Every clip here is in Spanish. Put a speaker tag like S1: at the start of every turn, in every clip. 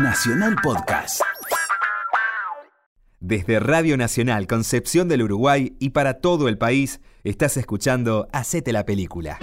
S1: Nacional Podcast.
S2: Desde Radio Nacional Concepción del Uruguay y para todo el país, estás escuchando Hacete la Película.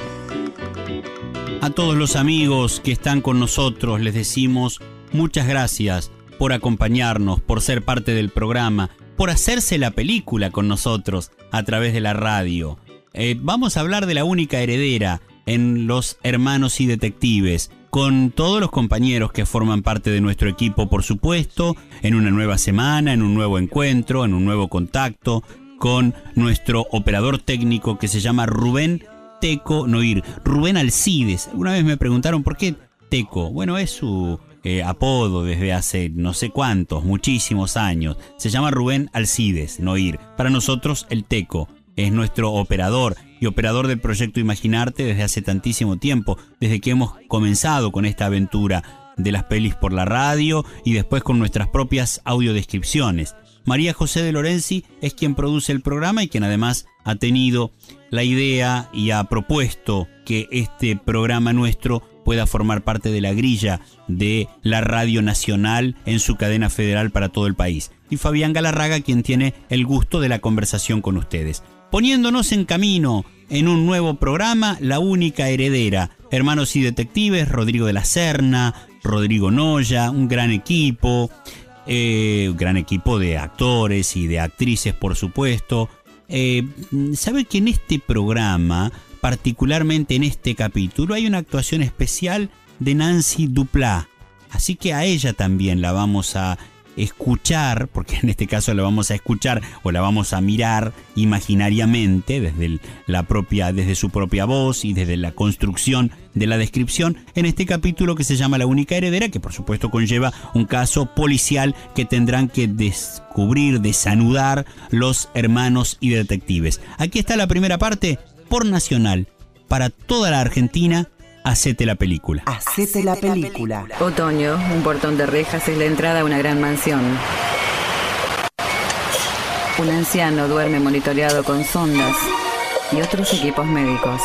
S3: A todos los amigos que están con nosotros les decimos muchas gracias por acompañarnos, por ser parte del programa, por hacerse la película con nosotros a través de la radio. Eh, vamos a hablar de la única heredera en Los Hermanos y Detectives, con todos los compañeros que forman parte de nuestro equipo, por supuesto, en una nueva semana, en un nuevo encuentro, en un nuevo contacto, con nuestro operador técnico que se llama Rubén Teco Noir, Rubén Alcides. Una vez me preguntaron por qué Teco. Bueno, es su eh, apodo desde hace no sé cuántos, muchísimos años. Se llama Rubén Alcides Noir. Para nosotros, el Teco es nuestro operador y operador del proyecto Imaginarte desde hace tantísimo tiempo, desde que hemos comenzado con esta aventura de las pelis por la radio y después con nuestras propias audiodescripciones. María José de Lorenzi es quien produce el programa y quien además ha tenido la idea y ha propuesto que este programa nuestro pueda formar parte de la grilla de la Radio Nacional en su cadena federal para todo el país. Y Fabián Galarraga quien tiene el gusto de la conversación con ustedes poniéndonos en camino en un nuevo programa, La única heredera. Hermanos y detectives, Rodrigo de la Serna, Rodrigo Noya, un gran equipo, eh, gran equipo de actores y de actrices, por supuesto. Eh, Sabe que en este programa, particularmente en este capítulo, hay una actuación especial de Nancy Duplá. Así que a ella también la vamos a escuchar, porque en este caso la vamos a escuchar o la vamos a mirar imaginariamente desde, el, la propia, desde su propia voz y desde la construcción de la descripción en este capítulo que se llama La única heredera, que por supuesto conlleva un caso policial que tendrán que descubrir, desanudar los hermanos y detectives. Aquí está la primera parte por Nacional, para toda la Argentina. Hacete la película.
S4: Hacete la película.
S5: Otoño, un portón de rejas es la entrada a una gran mansión. Un anciano duerme monitoreado con sondas y otros equipos médicos.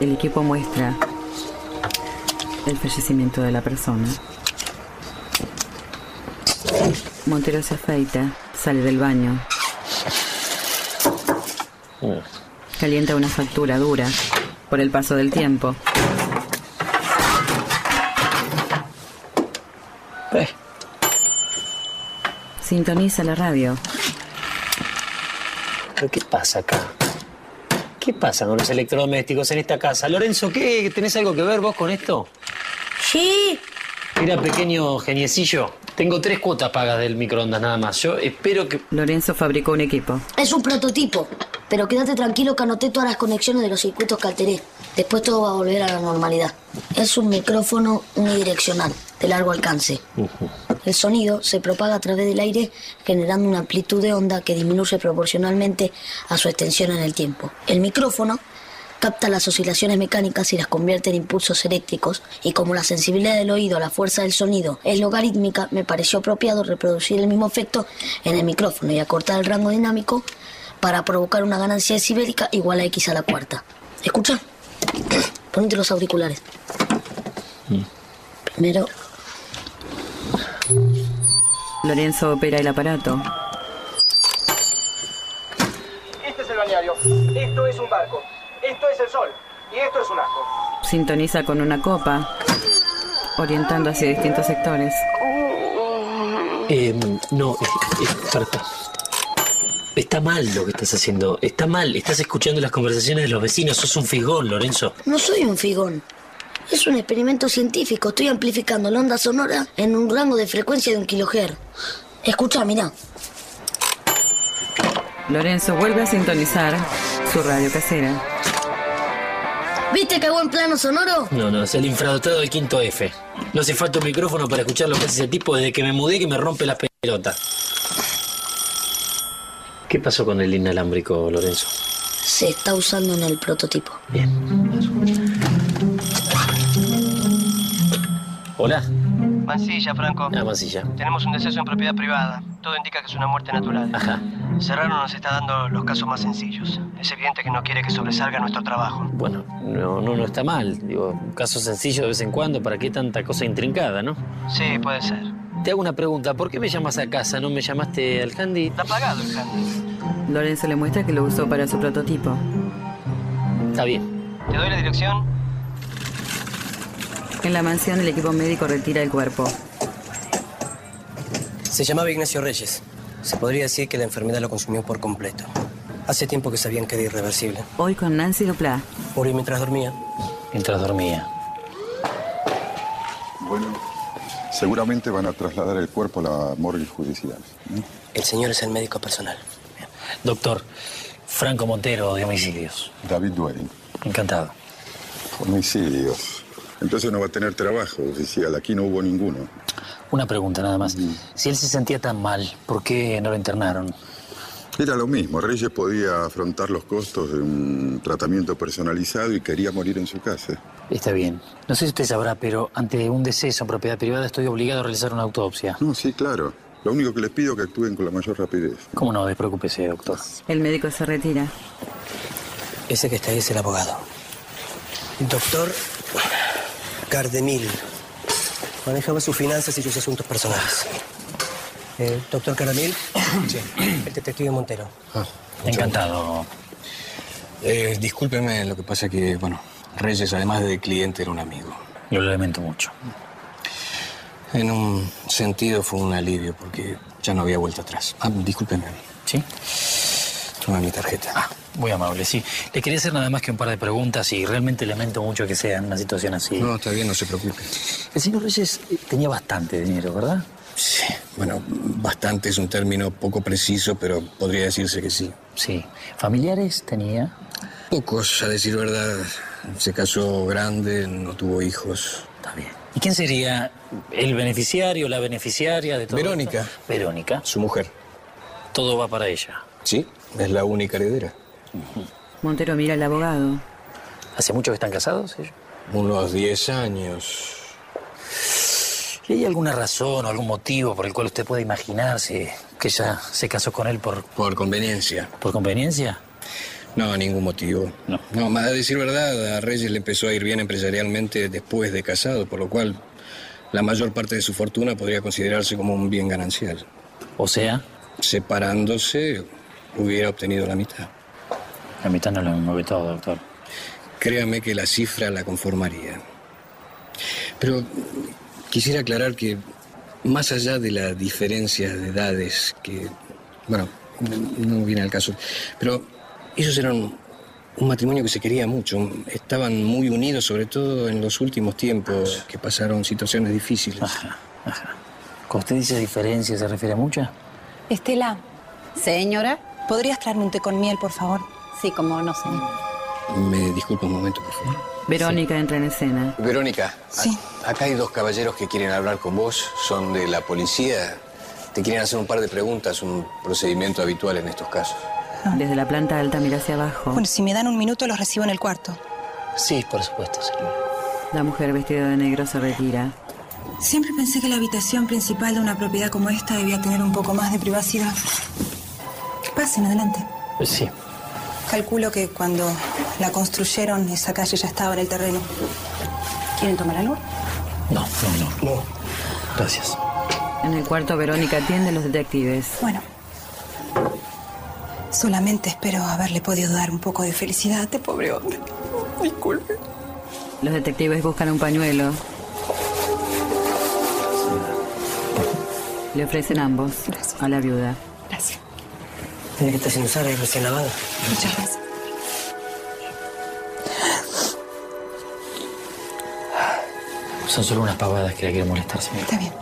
S5: El equipo muestra el fallecimiento de la persona. Montero se afeita, sale del baño. Calienta una factura dura por el paso del tiempo.
S6: Eh.
S5: Sintoniza la radio.
S6: ¿Pero qué pasa acá? ¿Qué pasa con los electrodomésticos en esta casa? Lorenzo, ¿qué? ¿Tenés algo que ver vos con esto?
S7: Sí,
S6: Mira, pequeño geniecillo, tengo tres cuotas pagas del microondas nada más. Yo espero que...
S5: Lorenzo fabricó un equipo.
S7: es un prototipo. Pero quédate tranquilo que anoté todas las conexiones de los circuitos que alteré. Después todo va a volver a la normalidad. Es un micrófono unidireccional, de largo alcance. El sonido se propaga a través del aire generando una amplitud de onda que disminuye proporcionalmente a su extensión en el tiempo. El micrófono capta las oscilaciones mecánicas y las convierte en impulsos eléctricos, y como la sensibilidad del oído a la fuerza del sonido es logarítmica, me pareció apropiado reproducir el mismo efecto en el micrófono y acortar el rango dinámico para provocar una ganancia decibélica igual a X a la cuarta. Escucha, ponete los auriculares. Primero,
S5: Lorenzo opera el aparato.
S8: Este es el bañario. Esto es un barco. Esto es el sol. Y esto es un asco.
S5: Sintoniza con una copa, orientando hacia distintos sectores.
S9: Uh,
S6: Eh, no, eh, eh, para, para. Está mal lo que estás haciendo. Está mal. Estás escuchando las conversaciones de los vecinos. Sos un figón, Lorenzo.
S7: no soy un figón. Es un experimento científico. Estoy amplificando la onda sonora en un rango de frecuencia de un kilohertz. Escucha, mirá.
S5: Lorenzo vuelve a sintonizar su radio casera.
S7: ¿Viste qué buen plano sonoro?
S6: No, no, es el infradotado del quinto F. No hace falta un micrófono para escuchar lo que hace ese tipo desde que me mudé que me rompe las pelotas. ¿Qué pasó con el inalámbrico, Lorenzo?
S7: se está usando en el prototipo.
S6: Bien. Hola.
S8: Mansilla, Franco.
S6: Ah, Mansilla.
S8: Tenemos un deceso en propiedad privada. Todo indica que es una muerte natural.
S6: Ajá.
S8: Serrano nos está dando los casos más sencillos. Es evidente que no quiere que sobresalga nuestro trabajo.
S6: Bueno, no, no, no está mal. Digo, un caso sencillo de vez en cuando, ¿para qué tanta cosa intrincada, no?
S8: Sí, puede ser.
S6: Te hago una pregunta, ¿por qué me llamas a casa? ¿No me llamaste al handy?
S8: Está pagado el handy.
S5: Lorenzo le muestra que lo usó para su prototipo.
S6: Está bien.
S8: Te doy la dirección.
S5: En la mansión, el equipo médico retira el cuerpo.
S1: Se llamaba Ignacio Reyes. Se podría decir que la enfermedad lo consumió por completo. Hace tiempo que sabían que era irreversible.
S5: Hoy con Nancy Duplá.
S1: Murió mientras dormía.
S6: Mientras dormía.
S4: Bueno, seguramente van a trasladar el cuerpo a la morgue judicial. ¿eh?
S1: El señor es el médico personal.
S6: Doctor, Franco Montero de homicidios.
S4: David Duerin,
S6: Encantado.
S4: homicidios. Entonces no va a tener trabajo oficial, aquí no hubo ninguno.
S6: Una pregunta nada más. Si él se sentía tan mal, ¿por qué no lo internaron?
S4: Era lo mismo, Reyes podía afrontar los costos de un tratamiento personalizado y quería morir en su casa.
S6: Está bien. No sé si usted sabrá, pero ante un deceso en propiedad privada estoy obligado a realizar una autopsia.
S4: No, sí, claro. Lo único que les pido es que actúen con la mayor rapidez.
S6: ¿Cómo no? Despreocúpese, doctor.
S5: El médico se retira.
S1: Ese que está ahí es el abogado. Doctor Cardemil. Manejaba sus finanzas y sus asuntos personales. Eh, doctor Cardemil. Sí. El detective Montero.
S6: Encantado.
S10: Eh, discúlpeme, lo que pasa que, bueno, Reyes, además de cliente, era un amigo.
S6: Yo lo lamento mucho.
S10: En un sentido fue un alivio porque ya no había vuelta atrás. Ah, discúlpeme.
S6: ¿Sí?
S10: Toma mi tarjeta.
S6: Ah, muy amable, sí. Le quería hacer nada más que un par de preguntas y realmente lamento mucho que sea en una situación así.
S10: No, está bien, no se preocupe.
S6: El señor Reyes eh, tenía bastante dinero, ¿verdad?
S10: Sí, bueno, bastante es un término poco preciso, pero podría decirse que sí.
S6: Sí. ¿Familiares tenía?
S10: Pocos, a decir verdad. Se casó grande, no tuvo hijos.
S6: Está bien. ¿Y quién sería el beneficiario, la beneficiaria de todo
S10: Verónica.
S6: esto? Verónica.
S10: Su mujer.
S6: Todo va para ella.
S10: Sí, es la única heredera.
S5: Montero mira al abogado.
S6: ¿Hace mucho que están casados ellos?
S10: Unos 10 años.
S6: ¿Y hay alguna razón o algún motivo por el cual usted puede imaginarse que ella se casó con él por,
S10: Por conveniencia.
S6: por conveniencia?
S10: No, ningún motivo.
S6: No.
S10: No, más a decir verdad, a Reyes le empezó a ir bien empresarialmente después de casado, por lo cual la mayor parte de su fortuna podría considerarse como un bien ganancial.
S6: O sea,
S10: Separándose, hubiera obtenido la mitad.
S6: la mitad no lo mueve todo, doctor.
S10: Créame que la cifra la conformaría. Pero quisiera aclarar que, más allá de la diferencia de edades, que, bueno, no no viene al caso, pero ellos eran un matrimonio que se quería mucho, estaban muy unidos, sobre todo en los últimos tiempos, que pasaron situaciones difíciles.
S6: Cuando usted dice diferencia, ¿se refiere a mucha?
S11: Estela. Señora. ¿Podrías traerme un té con miel, por favor? Sí, como no, señor.
S10: Me disculpa un momento, por favor.
S5: Verónica entra en escena.
S10: Verónica,
S11: Sí.
S10: a- acá hay dos caballeros que quieren hablar con vos, son de la policía. Te quieren hacer un par de preguntas, un procedimiento habitual en estos casos.
S5: Desde la planta alta mira hacia abajo.
S11: Bueno, si me dan un minuto, los recibo en el cuarto.
S6: Sí, por supuesto, señor.
S5: La mujer vestida de negro se retira.
S11: Siempre pensé que la habitación principal de una propiedad como esta debía tener un poco más de privacidad. Pasen, adelante.
S6: Sí.
S11: Calculo que cuando la construyeron, esa calle ya estaba en el terreno. ¿Quieren tomar algo?
S6: No, no, no. Gracias.
S5: En el cuarto, Verónica atiende a los detectives.
S11: Bueno. Solamente espero haberle podido dar un poco de felicidad a este pobre hombre. Disculpe.
S5: Los detectives buscan un pañuelo. Le ofrecen ambos
S11: Gracias.
S5: a la viuda.
S11: Gracias.
S1: Tiene que estar sin usar, es recién lavado.
S11: Muchas gracias.
S6: Son solo unas pavadas que la quiero molestar, señor.
S11: Está bien.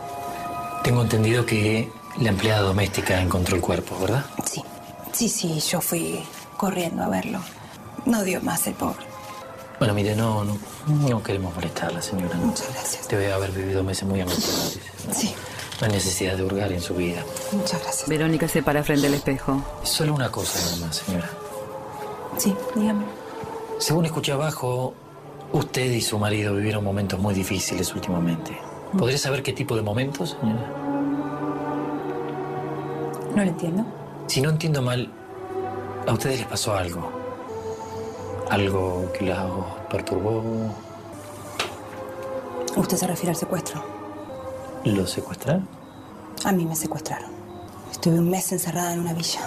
S6: Tengo entendido que la empleada doméstica encontró el cuerpo, ¿verdad?
S11: Sí. Sí, sí, yo fui corriendo a verlo. No dio más el pobre.
S6: Bueno, mire, no, no, no queremos molestarla, señora. ¿no?
S11: Muchas gracias.
S6: Debe haber vivido meses muy amargados.
S11: Sí.
S6: No hay necesidad de hurgar en su vida.
S11: Muchas gracias.
S5: Verónica se para frente al espejo.
S6: Solo una cosa nada más, señora.
S11: Sí, dígame.
S6: Según escuché abajo, usted y su marido vivieron momentos muy difíciles últimamente. ¿Podría saber qué tipo de momentos, señora?
S11: No lo entiendo.
S6: Si no entiendo mal, a ustedes les pasó algo. Algo que la perturbó.
S11: Usted se refiere al secuestro.
S6: ¿Lo secuestraron?
S11: A mí me secuestraron. Estuve un mes encerrada en una villa.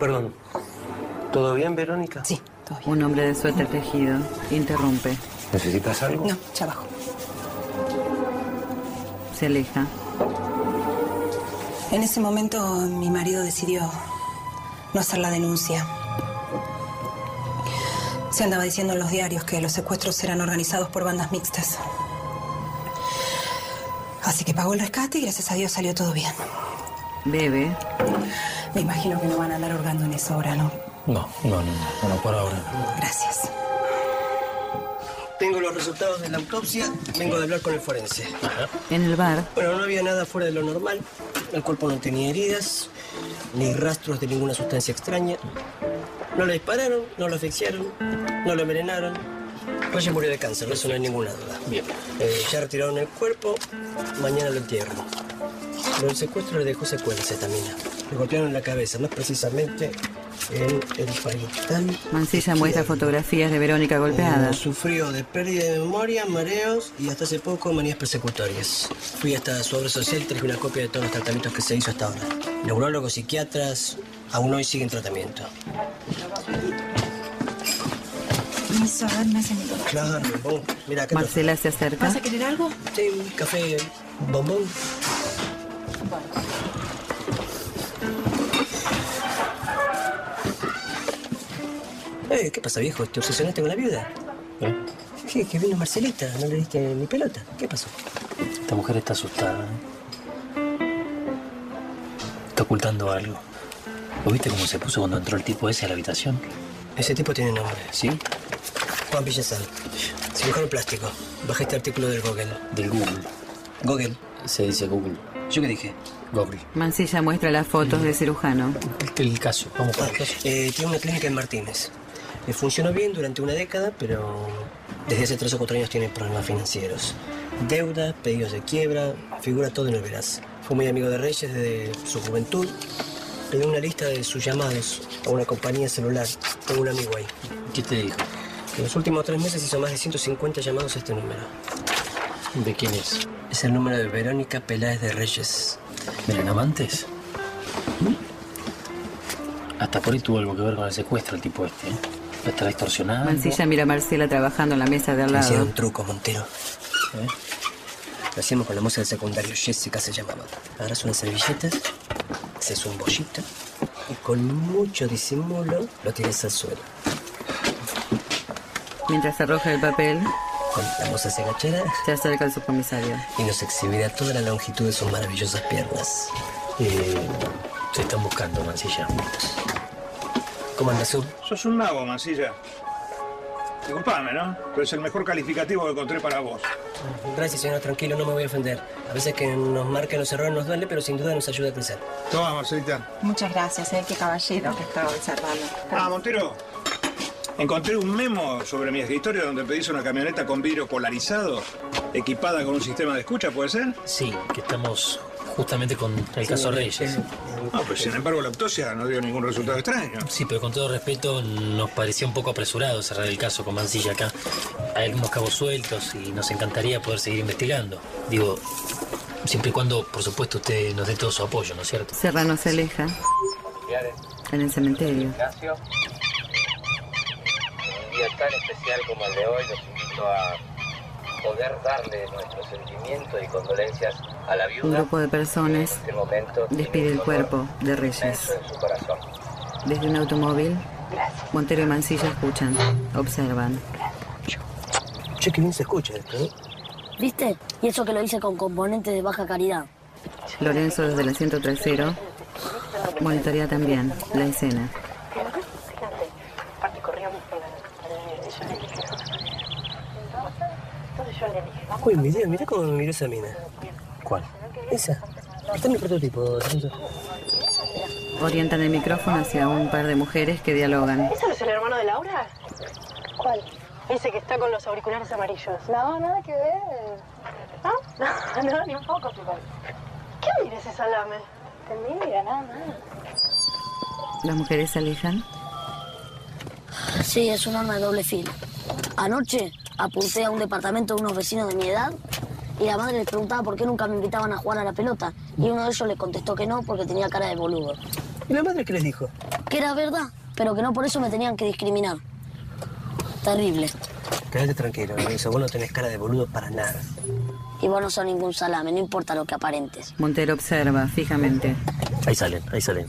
S9: Perdón. ¿Todo bien, Verónica?
S11: Sí.
S5: Un hombre de suéter tejido interrumpe.
S9: ¿Necesitas algo?
S11: No, ya bajo.
S5: Se aleja.
S11: En ese momento mi marido decidió no hacer la denuncia. Se andaba diciendo en los diarios que los secuestros eran organizados por bandas mixtas. Así que pagó el rescate y gracias a Dios salió todo bien.
S5: Bebe.
S11: Me imagino que no van a andar hurgando en eso ahora, ¿no?
S6: No, no, no, no, Bueno, por ahora.
S11: Gracias.
S1: Tengo los resultados de la autopsia. Vengo de hablar con el forense.
S5: En el bar,
S1: Bueno, no había nada fuera de lo normal. El cuerpo no tenía heridas, ni rastros de ninguna sustancia extraña. No lo dispararon, no lo asfixiaron, no lo envenenaron. Reyes murió de cáncer, de eso no hay ninguna duda. Bien. ya retiraron el cuerpo, mañana lo entierran. Pero el secuestro le dejó secuelas a esta mina. Le golpearon la cabeza, más precisamente en el parietal.
S5: Mancilla muestra fotografías de Verónica golpeada.
S1: Eh, Sufrió de pérdida de memoria, mareos y hasta hace poco manías persecutorias. Fui hasta su obra social y traje una copia de todos los tratamientos que se hizo hasta ahora. Neurólogos, psiquiatras, aún hoy siguen tratamiento.
S11: Me hizo verme ese miedo.
S1: Claro, bombón. Mira, acá
S5: Marcela se acerca.
S11: ¿Vas a querer algo?
S1: Sí, un café bombón. Eh, ¿Qué pasa, viejo? ¿Te obsesionaste con la viuda? ¿Qué? ¿Que vino Marcelita? ¿No le diste ni pelota? ¿Qué pasó?
S6: Esta mujer está asustada. ¿eh? Está ocultando algo. ¿Lo viste cómo se puso cuando entró el tipo ese a la habitación?
S1: Ese tipo tiene nombre. ¿Sí? Juan Villazán, cirujano plástico. Bajé este artículo del Google.
S6: Del Google.
S1: Google.
S6: Se dice Google.
S1: ¿Yo qué dije?
S6: Google.
S5: Mancilla muestra las fotos del cirujano.
S6: El caso. Vamos por el caso.
S1: Eh, tiene una clínica en Martínez. Eh, funcionó bien durante una década, pero desde hace tres o cuatro años tiene problemas financieros. Deudas, pedidos de quiebra, figura todo en el veraz. Fue muy amigo de Reyes desde su juventud. Le dio una lista de sus llamados a una compañía celular. Tengo un amigo ahí.
S6: ¿Qué te dijo?
S1: Que en los últimos tres meses hizo más de 150 llamados a este número.
S6: ¿De quién es?
S1: Es el número de Verónica Peláez de Reyes.
S6: ¿Eran amantes? Hasta por ahí tuvo algo que ver con el secuestro el tipo este. ¿eh? Lo estará extorsionando.
S5: Mancilla mira a Marcela trabajando en la mesa de al
S1: Hacía
S5: lado.
S1: un truco, Montero. ¿Eh? Lo hacíamos con la moza del secundario, Jessica se llamaba. Agarras unas servilletas, haces un bollito y con mucho disimulo lo tiras al suelo.
S5: Mientras arroja el papel,
S1: Con la moza se agachara
S5: se acerca al subcomisario.
S1: y nos exhibirá toda la longitud de sus maravillosas piernas.
S6: Eh, se están buscando, Mancilla.
S1: ¿Cómo andas, Sur?
S12: Sos un mago, Mancilla. Disculpame, ¿no? Pero es el mejor calificativo que encontré para vos.
S1: Gracias, señora, tranquilo, no me voy a ofender. A veces que nos marcan los errores nos duele, pero sin duda nos ayuda a crecer.
S12: Toma, Marcelita.
S11: Muchas gracias, ¿eh? Qué caballero que estaba observando.
S12: Ah, Montero. Encontré un memo sobre mi escritorio donde pedís una camioneta con vidrio polarizado, equipada con un sistema de escucha, ¿puede ser?
S6: Sí, que estamos justamente con el caso Reyes.
S12: No, pues sin embargo la autopsia no dio ningún resultado extraño.
S6: Sí, pero con todo respeto, nos pareció un poco apresurado cerrar el caso con Mancilla acá. Hay algunos cabos sueltos y nos encantaría poder seguir investigando. Digo, siempre y cuando, por supuesto, usted nos dé todo su apoyo, ¿no es cierto?
S5: Serrano se aleja en el cementerio.
S13: Ignacio. Un día tan especial como el de hoy, los invito a poder darle nuestro sentimiento y condolencias a la
S5: Un
S13: viuda
S5: grupo de personas
S13: en este momento
S5: despide el cuerpo de Reyes.
S13: en su corazón.
S5: Desde un automóvil, Montero y Mancilla escuchan, observan.
S1: Che, que bien se escucha esto, ¿eh?
S7: ¿Viste? Y eso que lo hice con componentes de baja calidad.
S5: Lorenzo desde el asiento trasero monitorea también la escena.
S1: Uy, mirá, mirá cómo me miró esa mina. ¿Cuál? Esa. Está en mi prototipo, Lorenzo.
S5: Orientan el micrófono hacia un par de mujeres que dialogan.
S11: ¿Ese no es el hermano de Laura? ¿Cuál? Dice que está con los auriculares amarillos. No, nada que ver. ¿No? No, no ni un poco, Pipo. ¿Qué mira ese salame? Te mira, nada más.
S5: Las mujeres se alejan.
S7: Sí, es un arma de doble filo. Anoche apunté a un departamento de unos vecinos de mi edad y la madre les preguntaba por qué nunca me invitaban a jugar a la pelota. Y uno de ellos le contestó que no porque tenía cara de boludo.
S1: ¿Y la madre qué les dijo?
S7: Que era verdad, pero que no por eso me tenían que discriminar. Terrible.
S1: Quédate tranquilo, Lorenzo. Vos no tenés cara de boludo para nada.
S7: Y vos no sos ningún salame, no importa lo que aparentes.
S5: Montero observa fijamente.
S1: Ahí salen, ahí salen.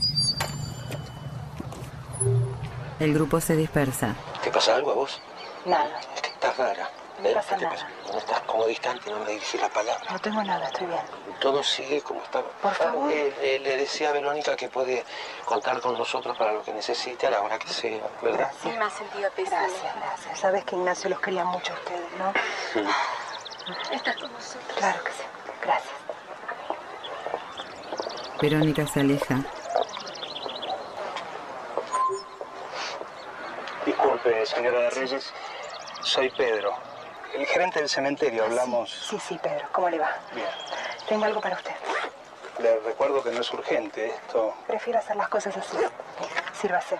S5: El grupo se dispersa.
S13: ¿Te pasa algo a vos?
S11: Nada,
S13: Estás rara.
S11: No pasa
S13: ¿Qué te
S11: nada.
S13: No estás como distante, no me dirigís la palabra.
S11: no tengo nada, estoy bien.
S13: Todo sigue como estaba.
S11: Por favor.
S13: Eh, eh, le decía a Verónica que puede contar con nosotros para lo que necesite a la hora que sea, ¿verdad?
S11: Sí, me ha sentido pesada. Gracias, gracias. Sabes que Ignacio los quería mucho a ustedes, ¿no? Estás con nosotros. Claro que sí. Gracias.
S5: Verónica se aleja.
S13: Disculpe, señora de Reyes. Soy Pedro, el gerente del cementerio. Hablamos.
S11: Sí, sí, Pedro, ¿cómo le va?
S13: Bien.
S11: Tengo algo para usted.
S13: Le recuerdo que no es urgente esto.
S11: Prefiero hacer las cosas así. Sírvase.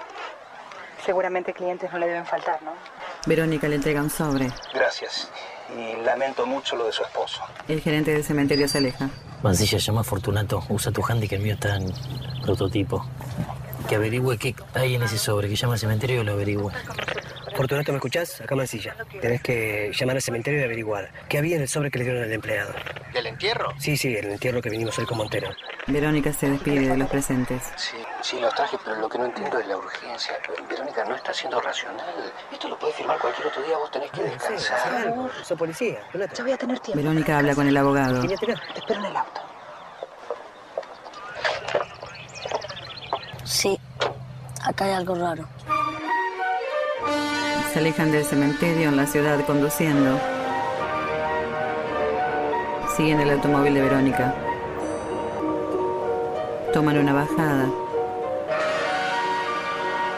S11: Seguramente clientes no le deben faltar, ¿no?
S5: Verónica le entrega un sobre.
S13: Gracias. Y lamento mucho lo de su esposo.
S5: El gerente del cementerio se aleja.
S6: Mancilla, llama a Fortunato, usa tu handy que el mío está en prototipo. Que averigüe qué hay en ese sobre, que llama al cementerio y lo averigüe.
S1: Fortunato, ¿me escuchás? Acá Mancilla. Tenés que llamar al cementerio y averiguar qué había en el sobre que le dieron al empleado.
S13: ¿Del entierro?
S1: Sí, sí, el entierro que vinimos hoy con Montero.
S5: Verónica se despide de los presentes.
S13: Sí, sí, los traje, pero lo que no entiendo es la urgencia. Verónica no está siendo racional. Esto lo puede firmar cualquier otro día. Vos tenés que descansar.
S1: Soy Ah, policía,
S11: Yo voy a tener tiempo.
S5: Verónica habla con el abogado.
S11: Te espero en el auto.
S7: Sí, acá hay algo raro.
S5: Se alejan del cementerio en la ciudad conduciendo. Siguen el automóvil de Verónica. Toman una bajada.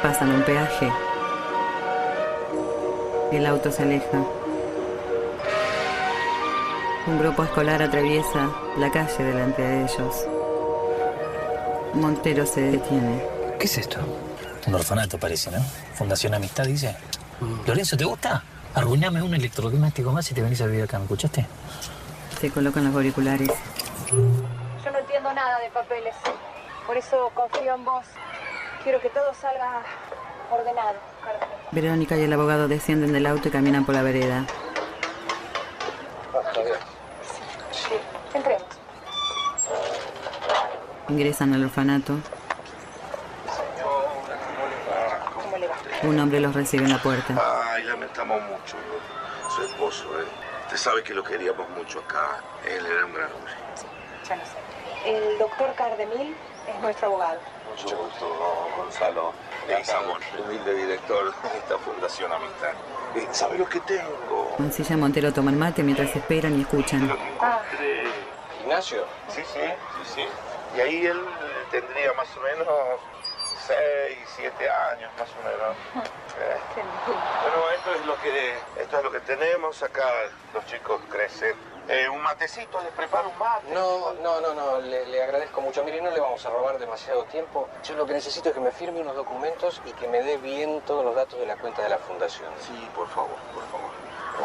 S5: Pasan un peaje. El auto se aleja. Un grupo escolar atraviesa la calle delante de ellos. Montero se detiene.
S6: ¿Qué es esto? Un orfanato parece, ¿no? Fundación Amistad, dice. Lorenzo, ¿te gusta? Arruiname un electrodoméstico más y te venís a vivir acá, ¿me escuchaste?
S5: Se colocan los auriculares.
S11: Yo no entiendo nada de papeles. Por eso confío en vos. Quiero que todo salga ordenado.
S5: Verónica y el abogado descienden del auto y caminan por la vereda.
S11: Sí, entremos.
S5: Ingresan al orfanato. Un hombre los recibe en la puerta.
S14: Ay, lamentamos mucho lo- su esposo, ¿eh? Usted sabe que lo queríamos mucho acá. Él era un gran hombre.
S11: Ya no sé. El doctor Cardemil es nuestro abogado.
S14: Mucho gusto, Gonzalo. Leguizamón, humilde director de esta Fundación Amistad. Eh, ¿Sabe lo que tengo?
S5: Mancilla y Montero toman mate mientras esperan y escuchan.
S14: Encontré- ¿Ignacio? Ah. Sí, sí, sí, sí. Y ahí él eh, tendría más o menos 6, 7 años, más o menos. Eh, Bueno, esto es lo que esto es lo que tenemos acá. Los chicos crecen. Eh, un matecito, les preparo un mate.
S10: No, no, no, no, le, le agradezco mucho. Mire, no le vamos a robar demasiado tiempo. Yo lo que necesito es que me firme unos documentos y que me dé bien todos los datos de la cuenta de la fundación.
S14: Sí, por favor, por favor.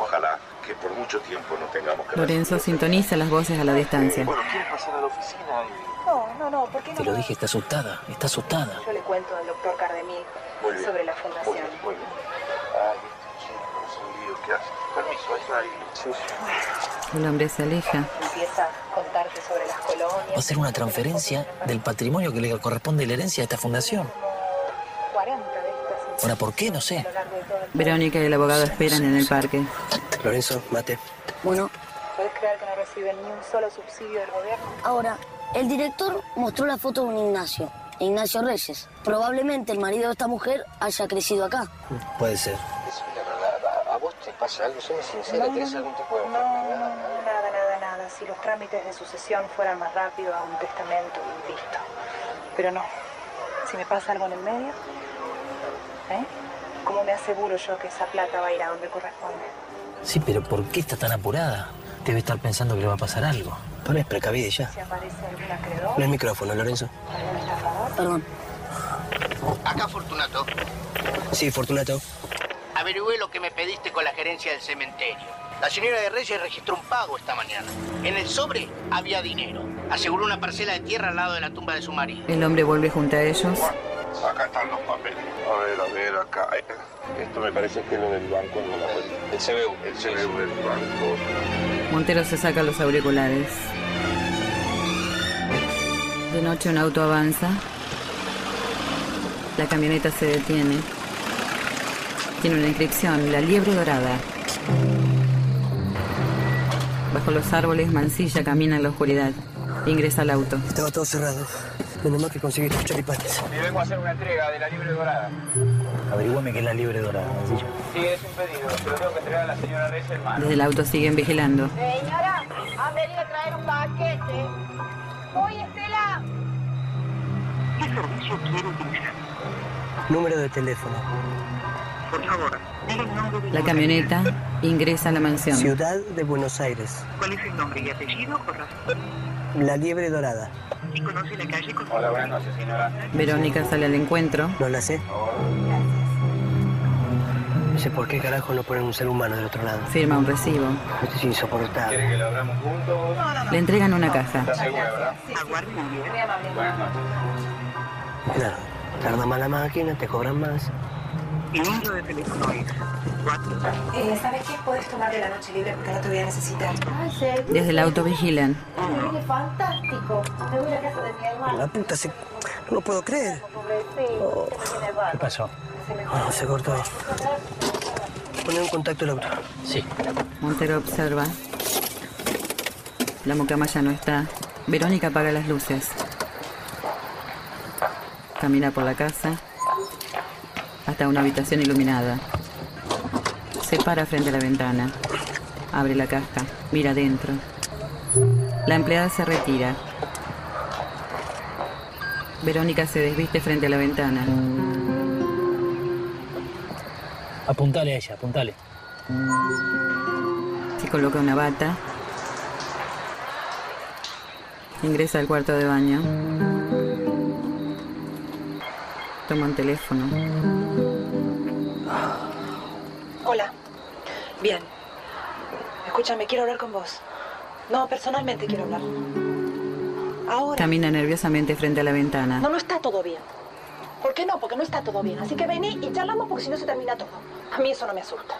S14: Ojalá que por mucho tiempo no tengamos que...
S5: Lorenzo sintoniza las voces a la distancia.
S14: Bueno, ¿quiere pasar a la oficina?
S11: No, no, no, ¿por qué no?
S6: Te lo dije, está asustada, está asustada.
S11: Yo le cuento al doctor Cardemil
S6: Muy bien.
S11: sobre la fundación.
S14: Muy bien. Ay, este chico, es un lío que hace. Permiso, ahí está ahí. Sí,
S5: El hombre se aleja.
S11: Empieza a contarte sobre las colonias.
S6: Va a ser una transferencia del patrimonio que le corresponde la herencia de esta fundación.
S11: 40 de estas.
S6: Ahora, ¿por qué? No sé.
S5: Verónica y el abogado esperan en el parque.
S1: Lorenzo, mate.
S7: Bueno,
S11: ¿Puedes creer que no reciben ni un solo subsidio del gobierno?
S7: ahora, el director mostró la foto de un Ignacio, Ignacio Reyes. Probablemente el marido de esta mujer haya crecido acá.
S1: Puede ser.
S10: Decime la verdad, ¿a, a vos te pasa algo? Sé sincera,
S11: No,
S10: ¿tenés
S11: no,
S10: algún tipo de
S11: No, no,
S10: enfermedad?
S11: no, nada, nada, nada. Si los trámites de sucesión fueran más rápido a un testamento y listo. Pero no,
S15: si me pasa algo en el medio? ¿Eh? ¿Cómo me aseguro yo que esa plata va a ir a donde corresponde?
S6: Sí, pero ¿por qué está tan apurada? Debe estar pensando que le va a pasar algo.
S1: Tú eres precavida y ya.
S15: Si aparece algún acreedor,
S1: No hay micrófono, Lorenzo.
S15: algún estafador.
S1: Perdón.
S9: Acá, Fortunato,
S1: Sí, Fortunato.
S9: averigüé lo que me pediste con la gerencia del cementerio. La señora de Reyes registró un pago esta mañana. En el sobre había dinero. Aseguró una parcela de tierra al lado de la tumba de su marido.
S5: El hombre vuelve junto a ellos.
S14: Acá están los papeles. A ver, a ver, acá. Eh, Esto me parece que es lo del banco no la El CBU. El CBU del banco.
S5: Montero se saca los auriculares. De noche un auto avanza. La camioneta se detiene. Tiene una inscripción, la liebre dorada. Bajo los árboles, Mansilla camina en la oscuridad. Ingresa al auto.
S1: Estaba todo cerrado. Menos mal que conseguí estos choripanes.
S8: Le vengo a hacer una entrega de la libre dorada.
S1: Averígame qué es la libre dorada, Mansilla.
S8: Sí, es un pedido. Se lo tengo que entregar a la señora Reyes, hermano.
S5: Desde el auto siguen vigilando.
S16: Señora, han venido a traer un paquete. Oye, Estela.
S1: ¿Qué servicio quiere utilizar? Número de teléfono. Por favor,
S5: La camioneta ingresa a la mansión.
S1: Ciudad de Buenos Aires.
S16: ¿Cuál es el nombre y apellido, por
S1: La liebre dorada.
S16: ¿Y conoce la calle con
S1: Hola, buenas noches, señora.
S5: Verónica sale al encuentro.
S1: No la sé. No sé por qué carajo no ponen un ser humano del otro lado.
S5: Firma un recibo.
S1: Esto es insoportable.
S14: que lo abramos juntos?
S5: Le entregan una caja.
S16: Aguarde muy bien.
S1: Claro, tarda más la máquina, te cobran más.
S16: Mi número de teléfono es
S11: Eh, ¿Sabes qué? Puedes tomarte la noche libre porque no te voy a necesitar.
S5: Desde el auto vigilan.
S16: Qué fantástico. Me voy a la casa de mi hermano.
S1: La puta se... No lo puedo creer.
S16: Pobrecito.
S1: ¿Qué pasó? No, se cortó. Poner en contacto el auto.
S6: Sí.
S5: Montero observa. La mucama ya no está. Verónica apaga las luces. Camina por la casa hasta una habitación iluminada. Se para frente a la ventana. Abre la caja. Mira adentro. La empleada se retira. Verónica se desviste frente a la ventana.
S6: Apuntale a ella, apuntale.
S5: Se coloca una bata. Ingresa al cuarto de baño. Toma un teléfono.
S11: Hola. Bien. Escúchame, quiero hablar con vos. No, personalmente quiero hablar. Ahora.
S5: Camina nerviosamente frente a la ventana.
S16: No, no está todo bien. ¿Por qué no? Porque no está todo bien. Así que vení y charlamos porque si no se termina todo. A mí eso no me asusta.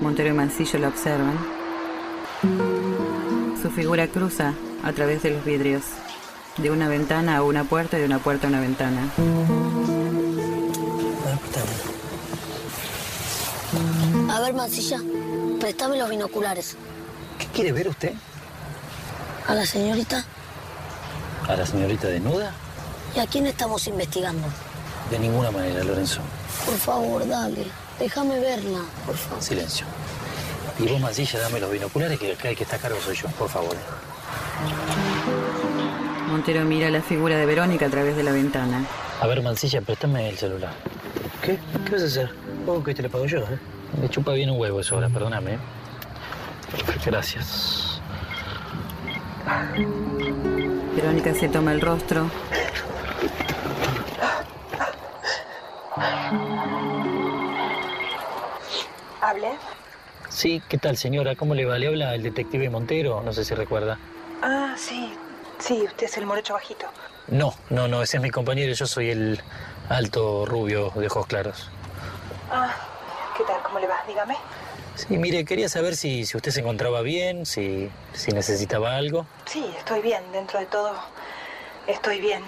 S5: Montero y Mancillo la observan. Su figura cruza a través de los vidrios. De una ventana a una puerta y de una puerta a una ventana.
S7: A ver, Mancilla, préstame los binoculares.
S1: ¿Qué quiere ver usted?
S7: A la señorita.
S6: ¿A la señorita desnuda?
S7: ¿Y a quién estamos investigando?
S6: De ninguna manera, Lorenzo.
S7: Por favor, dale. Déjame verla, por favor.
S6: Silencio. Y vos, Mancilla, dame los binoculares que acá el que está a cargo soy yo, por favor.
S5: Montero mira la figura de Verónica a través de la ventana.
S6: A ver, Mancilla, préstame el celular.
S1: ¿Qué? ¿Qué vas a hacer? Oh, que te lo pago yo, ¿eh?
S6: Me chupa bien un huevo eso ahora, perdóname. ¿eh? Gracias.
S5: Verónica se toma el rostro.
S11: ¿Hablé?
S6: Sí, ¿qué tal, señora? ¿Cómo le va? ¿Le habla el detective Montero? No sé si recuerda.
S11: Ah, sí. Sí, usted es el morocho bajito.
S6: No, no, no, ese es mi compañero. Yo soy el alto rubio de ojos claros.
S11: Ah, ¿qué tal? ¿Cómo le va? Dígame.
S6: Sí, mire, quería saber si, si usted se encontraba bien, si, si necesitaba algo.
S11: Sí, estoy bien. Dentro de todo, estoy bien.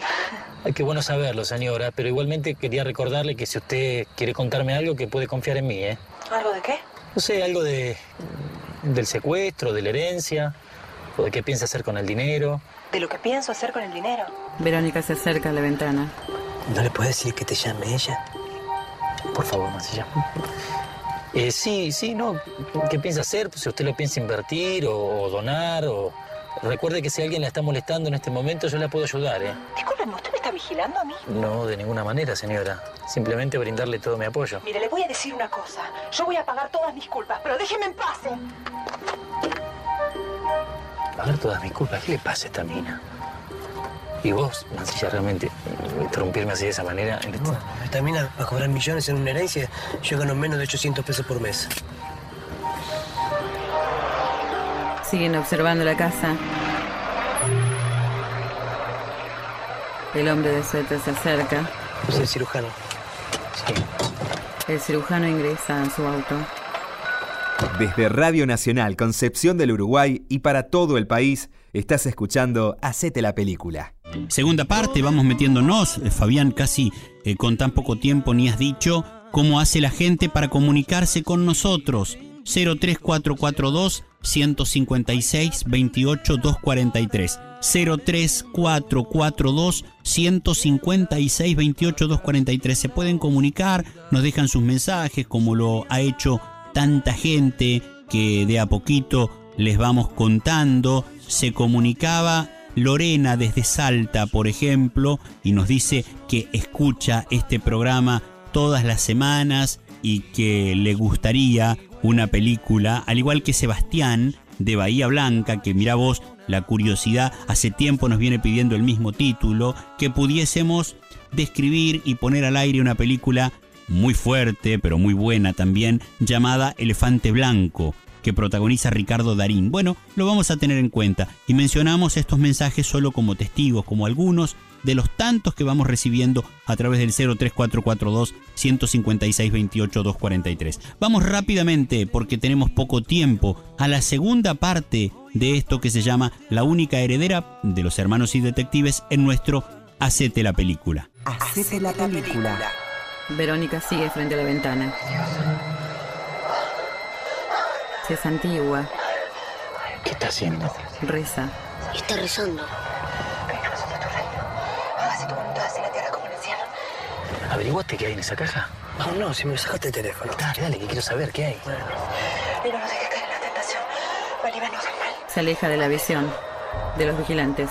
S6: Ay, qué bueno saberlo, señora, pero igualmente quería recordarle que si usted quiere contarme algo, que puede confiar en mí, ¿eh?
S11: ¿Algo de qué?
S6: No sé, algo de, del secuestro, de la herencia, o de qué piensa hacer con el dinero.
S11: De lo que pienso hacer con el dinero.
S5: Verónica se acerca a la ventana.
S1: ¿No le puedes decir que te llame ella?
S6: Por favor, Mancilla. Pues Eh, sí, sí, no. ¿Qué piensa hacer? Si usted lo piensa invertir o, o donar o, Recuerde que si alguien la está molestando en este momento, yo la puedo ayudar, ¿eh?
S16: Discúlpeme, ¿usted me está vigilando a mí?
S6: No, de ninguna manera, señora. Simplemente brindarle todo mi apoyo.
S16: Mire, le voy a decir una cosa. Yo voy a pagar todas mis culpas, pero déjeme en paz. ¿eh?
S6: Pagar todas mis culpas. ¿Qué le pasa a esta mina? Y vos, Mancilla, realmente, interrumpirme así de esa manera. en esta-
S1: Esta mina va a cobrar millones en una herencia. Yo gano menos de 800 pesos por mes.
S5: Siguen observando la casa. El hombre de suéter se acerca.
S1: Es el cirujano.
S5: El cirujano ingresa a su auto.
S2: Desde Radio Nacional Concepción del Uruguay y para todo el país, estás escuchando Hacete la Película.
S3: Segunda parte, vamos metiéndonos. Eh, Fabián, casi eh, con tan poco tiempo ni has dicho cómo hace la gente para comunicarse con nosotros. 03442 156 28 243. 03442 156 28 243. Se pueden comunicar, nos dejan sus mensajes, como lo ha hecho tanta gente que de a poquito les vamos contando. Se comunicaba Lorena desde Salta, por ejemplo, y nos dice que escucha este programa todas las semanas y que le gustaría una película, al igual que Sebastián de Bahía Blanca, que mira vos, la curiosidad hace tiempo nos viene pidiendo el mismo título, que pudiésemos describir y poner al aire una película muy fuerte, pero muy buena también, llamada Elefante Blanco, que protagoniza Ricardo Darín. Bueno, lo vamos a tener en cuenta y mencionamos estos mensajes solo como testigos, como algunos de los tantos que vamos recibiendo a través del 03442 156 28 243. Vamos rápidamente, porque tenemos poco tiempo, a la segunda parte de esto que se llama La única heredera de los hermanos y detectives en nuestro Hacete la película.
S5: Hacete la película. Verónica sigue frente a la ventana. Se santigua.
S6: ¿Qué está haciendo?
S5: Reza.
S7: Está rezando.
S6: ¿Averiguaste qué hay en esa caja?
S1: No, no, si me sacaste el teléfono.
S6: Dale, dale, que quiero saber qué hay.
S16: Y no nos dejes caer en la tentación. Ven y venos al mal.
S5: Se aleja de la visión de los vigilantes.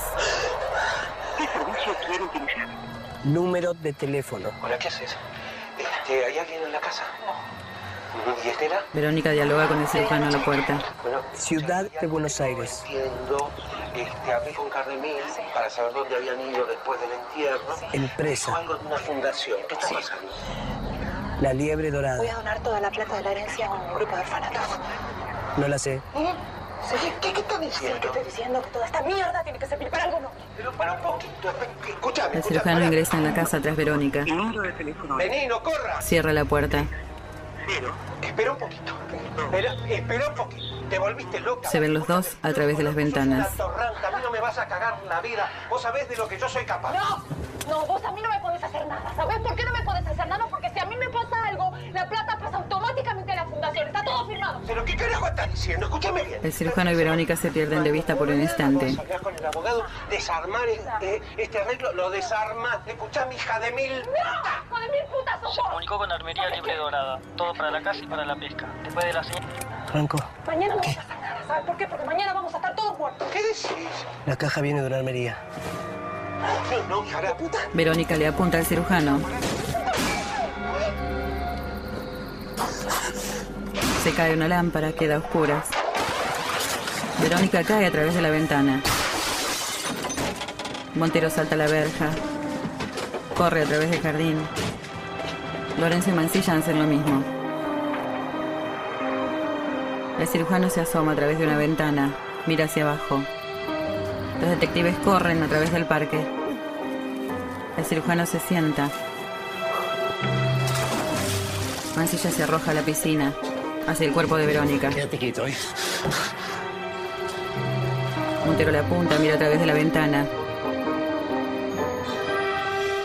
S1: Número de teléfono.
S13: Hola, ¿qué haces? Este, ¿Hay alguien en la casa? No. ¿Y Estela?
S5: Verónica dialoga con el cirujano a la puerta.
S1: Ciudad de Buenos Aires.
S13: Entiendo, este, hablé con Cardemil para saber dónde habían ido después del entierro.
S1: Empresa.
S13: Dijo algo de una fundación. ¿Qué está pasando?
S1: La liebre
S16: Voy
S1: dorada.
S16: a donar toda la plata de la herencia a un grupo de orfanatos.
S1: No la sé.
S16: ¿Sí? ¿Eh? ¿Qué, ¿Qué estás diciendo? Te estoy diciendo que toda esta mierda tiene que servir para algo, ¿no?
S13: Pero para un poquito, escúchame.
S5: El cirujano ingresa en la casa tras Verónica.
S13: Vení, no corra.
S5: Cierra la puerta.
S13: Espera un poquito. Espera, espera un poquito. Te volviste loca.
S5: Se ven los dos a través de las ventanas.
S13: Torranta, a mí no me vas a cagar la vida. Vos sabés de lo que yo soy capaz.
S16: ¡No! No, vos a mí no me podés hacer nada, ¿sabés por qué no me podés hacer nada? Porque si a mí me pasa algo, la plata pasa automáticamente a la fundación. Está todo firmado.
S13: ¿Pero qué carajo estás diciendo? Escúchame bien.
S5: El cirujano y Verónica se pierden de vista por un instante.
S13: Hablar con el abogado, desarmar eh, eh, este arreglo, lo desarmas. Escuchame, hija de mil.
S16: ¡Hijo de mil putas sos
S17: Se comunicó con Armería Libre Dorada. Todo para la casa y para la pesca. Después de la señal.
S1: Franco,
S16: Mañana no vas a hacer nada, ¿sabes por qué? Porque mañana vamos a estar todos muertos.
S13: ¿Qué decís?
S1: la caja viene de una armería.
S13: No, no, hija de puta.
S5: Verónica le apunta al cirujano. Se cae una lámpara, queda a oscuras. Verónica cae a través de la ventana. Montero salta la verja. Corre a través del jardín. Lorenzo y Mancilla hacen lo mismo. El cirujano se asoma a través de una ventana. Mira hacia abajo. Los detectives corren a través del parque. El cirujano se sienta. Mancilla se arroja a la piscina, hacia el cuerpo de Verónica. Quédate quieto, ¿eh? Montero la apunta, mira a través de la ventana.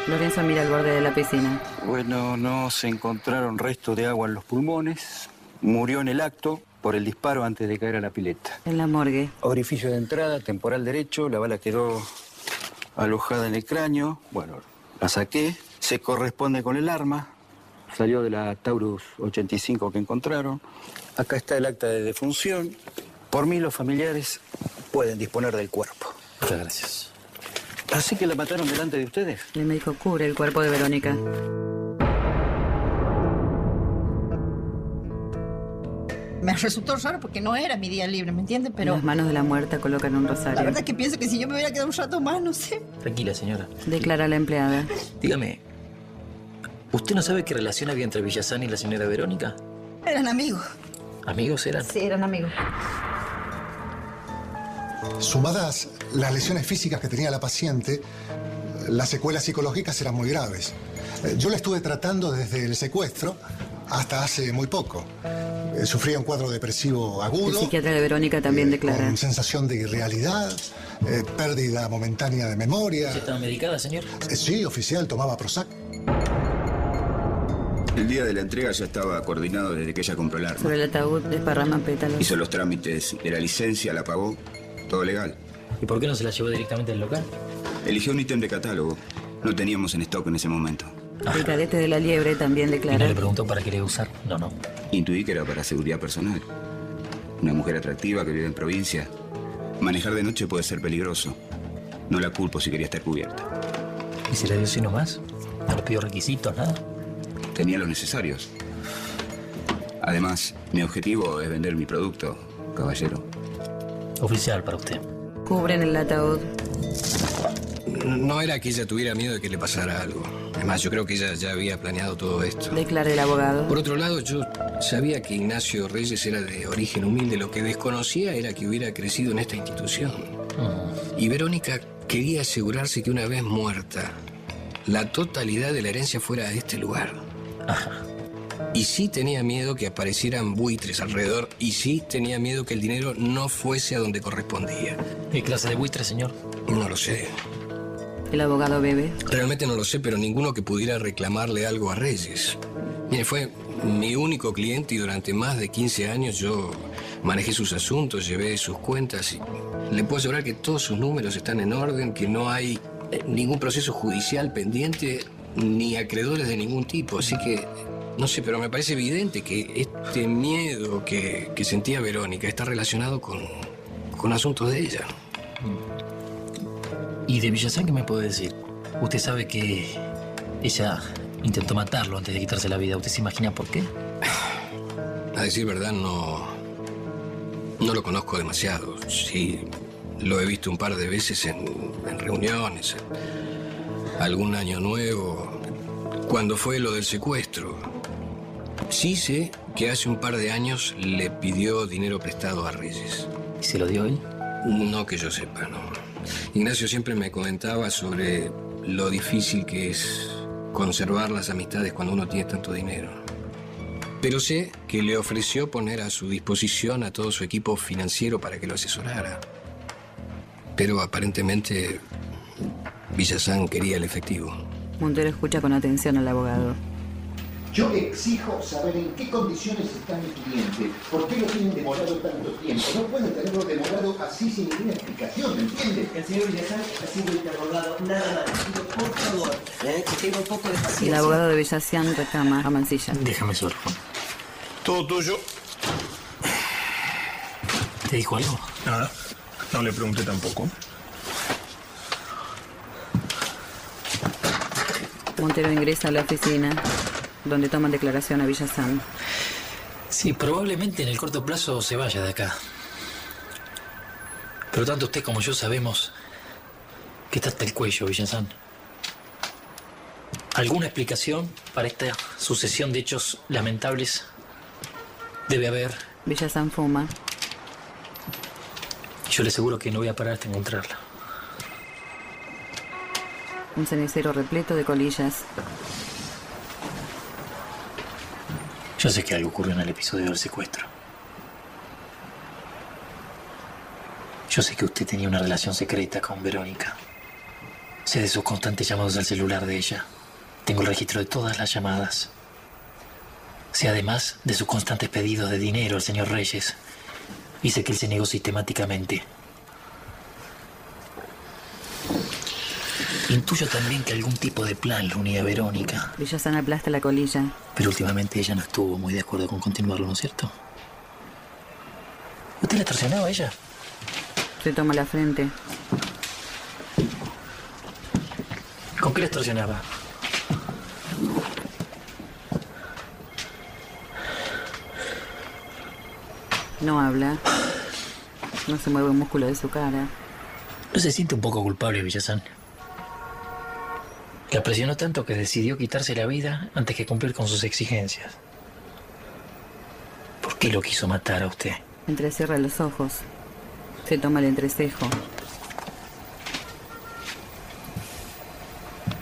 S5: Lorenzo mira al borde de la piscina.
S18: Bueno, no se encontraron restos de agua en los pulmones. Murió en el acto por el disparo antes de caer a la pileta.
S5: En la morgue.
S18: Orificio de entrada, temporal derecho, la bala quedó alojada en el cráneo. Bueno, la saqué, se corresponde con el arma. Salió de la Taurus 85 que encontraron. Acá está el acta de defunción. Por mí los familiares pueden disponer del cuerpo. Muchas gracias. Así que la mataron delante de ustedes.
S5: El médico cubre el cuerpo de Verónica.
S19: Me resultó raro porque no era mi día libre, ¿me entiendes? Pero
S5: Las manos de la muerta colocan un
S19: la
S5: rosario.
S19: verdad que pienso que si yo me hubiera quedado un rato más, no sé.
S6: Tranquila, señora.
S5: Declara la empleada.
S6: Dígame, ¿usted no sabe qué relación había entre Villazán y la señora Verónica?
S19: Eran amigos.
S6: ¿Amigos eran?
S19: Sí, eran amigos.
S20: Sumadas las lesiones físicas que tenía la paciente, las secuelas psicológicas eran muy graves. Eh, Yo la estuve tratando desde el secuestro hasta hace muy poco. Eh, Sufría un cuadro depresivo
S5: El
S20: agudo, eh,
S5: psiquiatra de Verónica también declara.
S20: con sensación de irrealidad, eh, pérdida momentánea de memoria.
S6: ¿Estaba medicada, señor?
S20: Eh, Sí, oficial, tomaba Prozac.
S21: El día de la entrega ya estaba coordinado desde que ella compró el arma.
S5: Sobre el ataúd desparraman pétalos.
S21: Hizo los trámites de la licencia, la pagó, todo legal.
S6: ¿Y por qué no se la llevó directamente al local?
S21: Eligió un ítem de catálogo. No teníamos en stock en ese momento.
S5: El cadete de la liebre también declara.
S21: preguntó para qué le usar? No, no. Intuí que era para seguridad personal. Una mujer atractiva que vive en provincia. Manejar de noche puede ser peligroso. No la culpo si quería estar cubierta.
S6: ¿Y se la dio así nomás? ¿No le pidió requisitos, nada?
S21: Tenía los necesarios. Además, mi objetivo es vender mi producto, caballero.
S6: Oficial para usted.
S5: Cubren el ataúd.
S10: No era que ella tuviera miedo de que le pasara algo. Además, yo creo que ella ya había planeado todo esto.
S5: Declara el abogado.
S10: Por otro lado, yo sabía que Ignacio Reyes era de origen humilde. Lo que desconocía era que hubiera crecido en esta institución.
S1: Mm.
S10: Y Verónica quería asegurarse que una vez muerta, la totalidad de la herencia fuera de este lugar. Y sí tenía miedo que aparecieran buitres alrededor. Y sí tenía miedo que el dinero no fuese a donde correspondía.
S6: ¿Qué clase de buitre, señor?
S10: No lo sé.
S5: El abogado bebe.
S10: Realmente no lo sé, pero ninguno que pudiera reclamarle algo a Reyes. Mire, fue mi único cliente y durante más de 15 años yo manejé sus asuntos, llevé sus cuentas y le puedo asegurar que todos sus números están en orden, que no hay eh, ningún proceso judicial pendiente ni acreedores de ningún tipo. Así que, no sé, pero me parece evidente que este miedo que, que sentía Verónica está relacionado con, con asuntos de ella.
S6: ¿Y de Villazán qué me puede decir? Usted sabe que ella intentó matarlo antes de quitarse la vida. ¿Usted se imagina por qué?
S10: A decir verdad, no. No lo conozco demasiado. Sí, lo he visto un par de veces en, en reuniones, en algún año nuevo, cuando fue lo del secuestro. Sí sé que hace un par de años le pidió dinero prestado a Reyes.
S6: ¿Y se lo dio él?
S10: No que yo sepa, no. Ignacio siempre me comentaba sobre lo difícil que es conservar las amistades cuando uno tiene tanto dinero. Pero sé que le ofreció poner a su disposición a todo su equipo financiero para que lo asesorara. Pero aparentemente Villazán quería el efectivo.
S5: Montero escucha con atención al abogado.
S22: Yo exijo saber en qué condiciones está mi cliente, por qué lo tienen demorado tanto tiempo. No pueden tenerlo demorado así sin ninguna explicación, ¿me entiendes? El señor Villazán ha sido interrogado, nada más. por favor, que tenga un poco de
S5: El abogado de Bellacián reclama a Mancilla.
S6: Déjame solo.
S14: Todo tuyo.
S6: ¿Te dijo algo?
S14: Nada. No le pregunté tampoco.
S5: Montero ingresa a la oficina, donde toman declaración a Villazán.
S6: Sí, probablemente en el corto plazo se vaya de acá. Pero tanto usted como yo sabemos que está hasta el cuello, Villazán. ¿Alguna explicación para esta sucesión de hechos lamentables? Debe haber.
S5: Villazán fuma.
S6: Yo le aseguro que no voy a parar hasta encontrarla.
S5: Un cenicero repleto de colillas.
S6: Yo sé que algo ocurrió en el episodio del secuestro. Yo sé que usted tenía una relación secreta con Verónica. Sé de sus constantes llamados al celular de ella. Tengo el registro de todas las llamadas. Sé además de sus constantes pedidos de dinero al señor Reyes. Y sé que él se negó sistemáticamente. Intuyo también que algún tipo de plan lo unía a Verónica.
S5: Villazán aplasta la colilla.
S6: Pero últimamente ella no estuvo muy de acuerdo con continuarlo, ¿no es cierto? ¿Usted la traicionaba a ella?
S5: Se toma la frente.
S6: ¿Con qué le extorsionaba?
S5: No habla. No se mueve un músculo de su cara.
S6: ¿No se siente un poco culpable, Villazán? La presionó tanto que decidió quitarse la vida antes que cumplir con sus exigencias. ¿Por qué lo quiso matar a usted?
S5: Entrecierra los ojos. Se toma el entrecejo.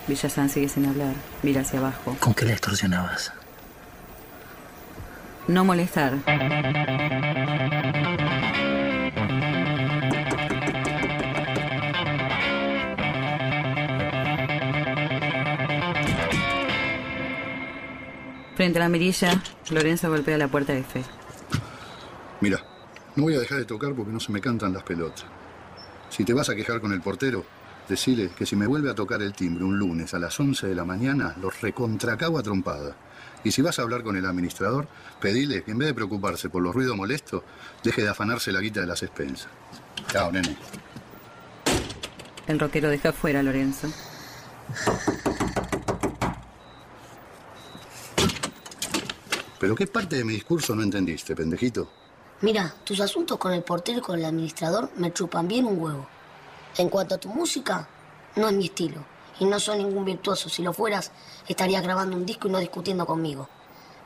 S5: Villazán sigue sin hablar. Mira hacia abajo.
S6: ¿Con qué la extorsionabas?
S5: No molestar. Frente a la mirilla, Lorenzo golpea la puerta F.
S4: Mira, no voy a dejar de tocar porque no se me cantan las pelotas. Si te vas a quejar con el portero, decile que si me vuelve a tocar el timbre un lunes a las 11 de la mañana, los recontracago a trompada. Y si vas a hablar con el administrador, pedile que en vez de preocuparse por los ruidos molestos, deje de afanarse la guita de las expensas. Chao, nene.
S5: El roquero deja fuera a Lorenzo.
S4: ¿Pero qué parte de mi discurso no entendiste, pendejito?
S7: Mira, tus asuntos con el portero y con el administrador me chupan bien un huevo. En cuanto a tu música, no es mi estilo. Y no soy ningún virtuoso. Si lo fueras, estarías grabando un disco y no discutiendo conmigo.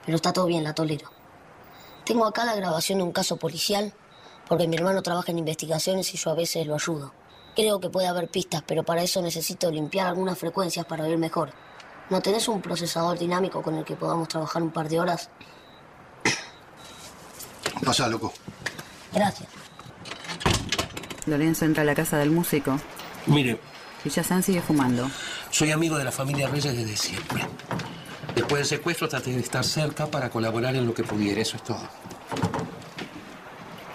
S7: Pero está todo bien, la tolero. Tengo acá la grabación de un caso policial, porque mi hermano trabaja en investigaciones y yo a veces lo ayudo. Creo que puede haber pistas, pero para eso necesito limpiar algunas frecuencias para oír mejor. ¿No tenés un procesador dinámico con el que podamos trabajar un par de horas?
S4: Pasa, loco.
S7: Gracias.
S5: Lorenzo entra a la casa del músico.
S13: Mire,
S5: Villazán sigue fumando.
S13: soy amigo de la familia Reyes desde siempre. Después del secuestro traté de estar cerca para colaborar en lo que pudiera, eso es todo.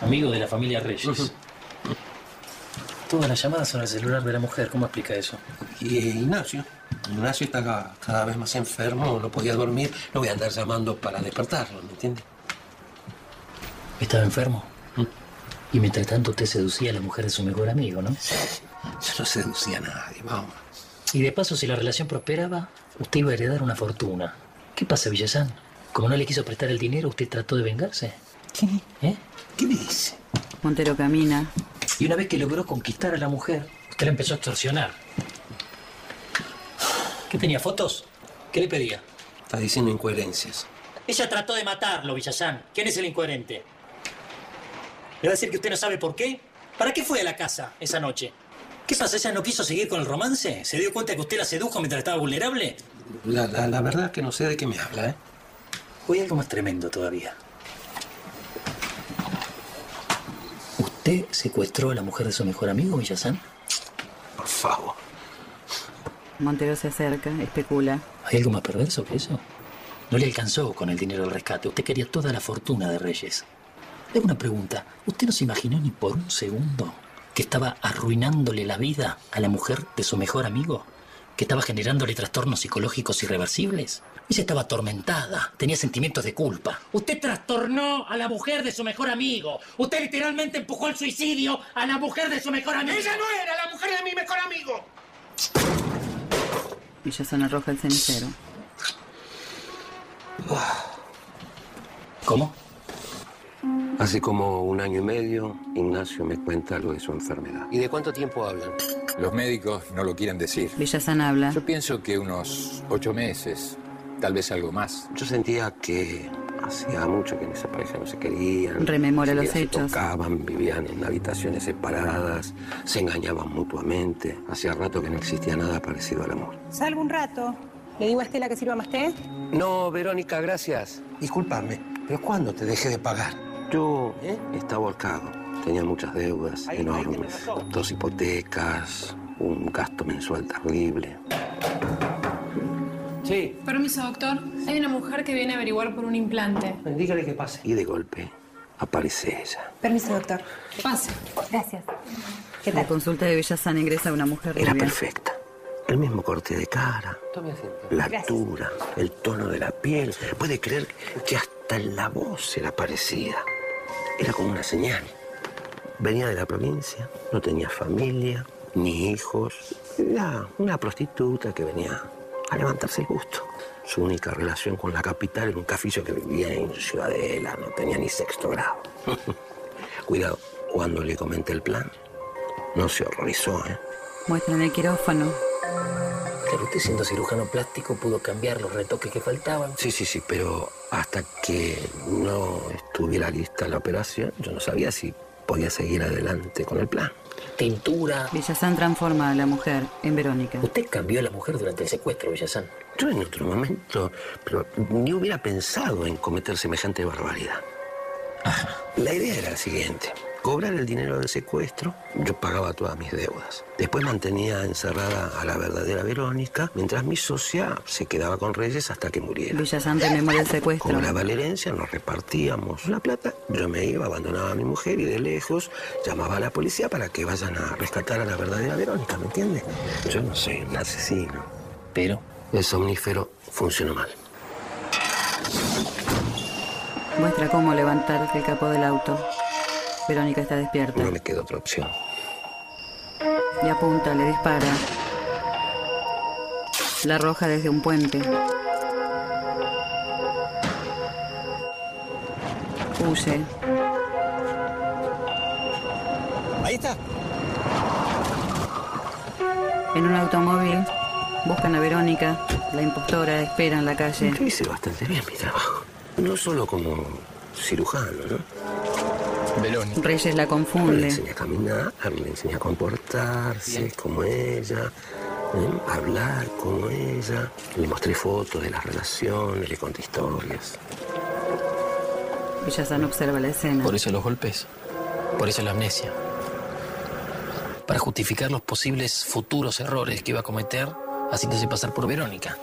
S6: Amigo de la familia Reyes. Todas las llamadas son al celular de la mujer. ¿Cómo explica eso?
S13: Y eh, Ignacio. Ignacio está ca- cada vez más enfermo, no podía dormir. No voy a andar llamando para despertarlo, ¿me entiende?
S6: Estaba enfermo. Y mientras tanto usted seducía a la mujer de su mejor amigo, ¿no? Yo
S13: no seducía a nadie, vamos.
S6: Y de paso, si la relación prosperaba, usted iba a heredar una fortuna. ¿Qué pasa, Villazán? Como no le quiso prestar el dinero, usted trató de vengarse. ¿Eh?
S13: ¿Qué me dice?
S5: Montero camina.
S6: Y una vez que logró conquistar a la mujer, usted la empezó a extorsionar. ¿Qué tenía? ¿Fotos? ¿Qué le pedía?
S13: Estás diciendo incoherencias.
S12: Ella trató de matarlo, Villazán. ¿Quién es el incoherente? ¿Le va a decir que usted no sabe por qué? ¿Para qué fue a la casa esa noche? ¿Qué pasa? ¿Ella no quiso seguir con el romance? ¿Se dio cuenta que usted la sedujo mientras estaba vulnerable?
S13: La, la- la verdad es que no sé de qué me habla, ¿eh?
S6: Hoy algo más tremendo todavía. ¿Usted secuestró a la mujer de su mejor amigo, Villazán?
S13: Por favor.
S5: Montero se acerca, especula.
S6: ¿Hay algo más perverso que eso? No le alcanzó con el dinero del rescate. Usted quería toda la fortuna de Reyes. Le hago una pregunta. ¿Usted no se imaginó ni por un segundo que estaba arruinándole la vida a la mujer de su mejor amigo? ¿Que estaba generándole trastornos psicológicos irreversibles? Ella estaba atormentada, tenía sentimientos de culpa.
S12: Usted trastornó a la mujer de su mejor amigo. Usted literalmente empujó al suicidio a la mujer de su mejor amigo.
S8: ¡Ella no era la mujer de mi mejor amigo!
S5: Villazán arroja el cenicero.
S6: ¿Cómo?
S13: Hace como un año y medio, Ignacio me cuenta lo de su enfermedad. ¿Y de cuánto tiempo hablan?
S23: Los médicos no lo quieren decir.
S5: Villazán habla.
S23: Yo pienso que unos ocho meses, tal vez algo más.
S13: Yo sentía que hacía mucho que en esa pareja no se querían.
S5: Rememora
S13: ni
S5: los
S13: siquiera
S5: hechos.
S13: Se tocaban, vivían en habitaciones separadas, se engañaban mutuamente. Hacía rato que no existía nada parecido al amor.
S24: Salvo un rato. ¿Le digo a Estela que sirva más té?
S13: No, Verónica, gracias. Disculpame, pero ¿cuándo te dejé de pagar? Yo ¿eh? estaba ahorcado. Tenía muchas deudas enormes. Dos hipotecas, un gasto mensual terrible. Sí.
S25: Permiso, doctor. Hay una mujer que viene a averiguar por un implante.
S13: Dígale que pase. Y de golpe aparece ella.
S25: Permiso, doctor. Pase. Gracias.
S5: La consulta de Villazán ingresa a una mujer
S13: Era
S5: rubia.
S13: perfecta. El mismo corte de cara, la altura, el tono de la piel. Puede creer que hasta en la voz se la parecía. Era como una señal. Venía de la provincia, no tenía familia, ni hijos. Era una prostituta que venía a levantarse el gusto. Su única relación con la capital era un cafillo que vivía en Ciudadela, no tenía ni sexto grado. Cuidado, cuando le comenté el plan, no se horrorizó, ¿eh?
S5: Muestran el quirófano.
S6: Claro, usted Este siendo cirujano plástico pudo cambiar los retoques que faltaban.
S13: Sí, sí, sí, pero hasta que no estuviera lista la operación, yo no sabía si podía seguir adelante con el plan.
S6: Tintura.
S5: Villazán transforma a la mujer en Verónica.
S6: Usted cambió a la mujer durante el secuestro, Villazán.
S13: Yo en otro momento, pero ni hubiera pensado en cometer semejante barbaridad. La idea era la siguiente. Cobrar el dinero del secuestro, yo pagaba todas mis deudas. Después mantenía encerrada a la verdadera Verónica, mientras mi socia se quedaba con Reyes hasta que muriera.
S5: Villazán rememoria el secuestro.
S13: Con la valerencia nos repartíamos la plata, yo me iba, abandonaba a mi mujer y de lejos llamaba a la policía para que vayan a rescatar a la verdadera Verónica, ¿me entiendes? Yo no soy un asesino.
S6: Pero
S13: el somnífero funcionó mal.
S5: Muestra cómo levantar el capó del auto. Verónica está despierta.
S13: No me queda otra opción.
S5: Le apunta, le dispara. La arroja desde un puente. Huye.
S2: Ahí está.
S5: En un automóvil buscan a Verónica. La impostora espera en la calle.
S13: Yo hice bastante bien mi trabajo. No solo como cirujano, ¿no? Verónica.
S5: Reyes la
S13: Le
S5: confunde.
S13: enseñé a caminar, le enseñé a comportarse como ella, ¿eh? a hablar como ella. Le mostré fotos de las relaciones, le conté historias.
S5: Villazán observa la escena.
S6: Por eso los golpes. Por eso la amnesia. Para justificar los posibles futuros errores que iba a cometer haciéndose pasar por Verónica.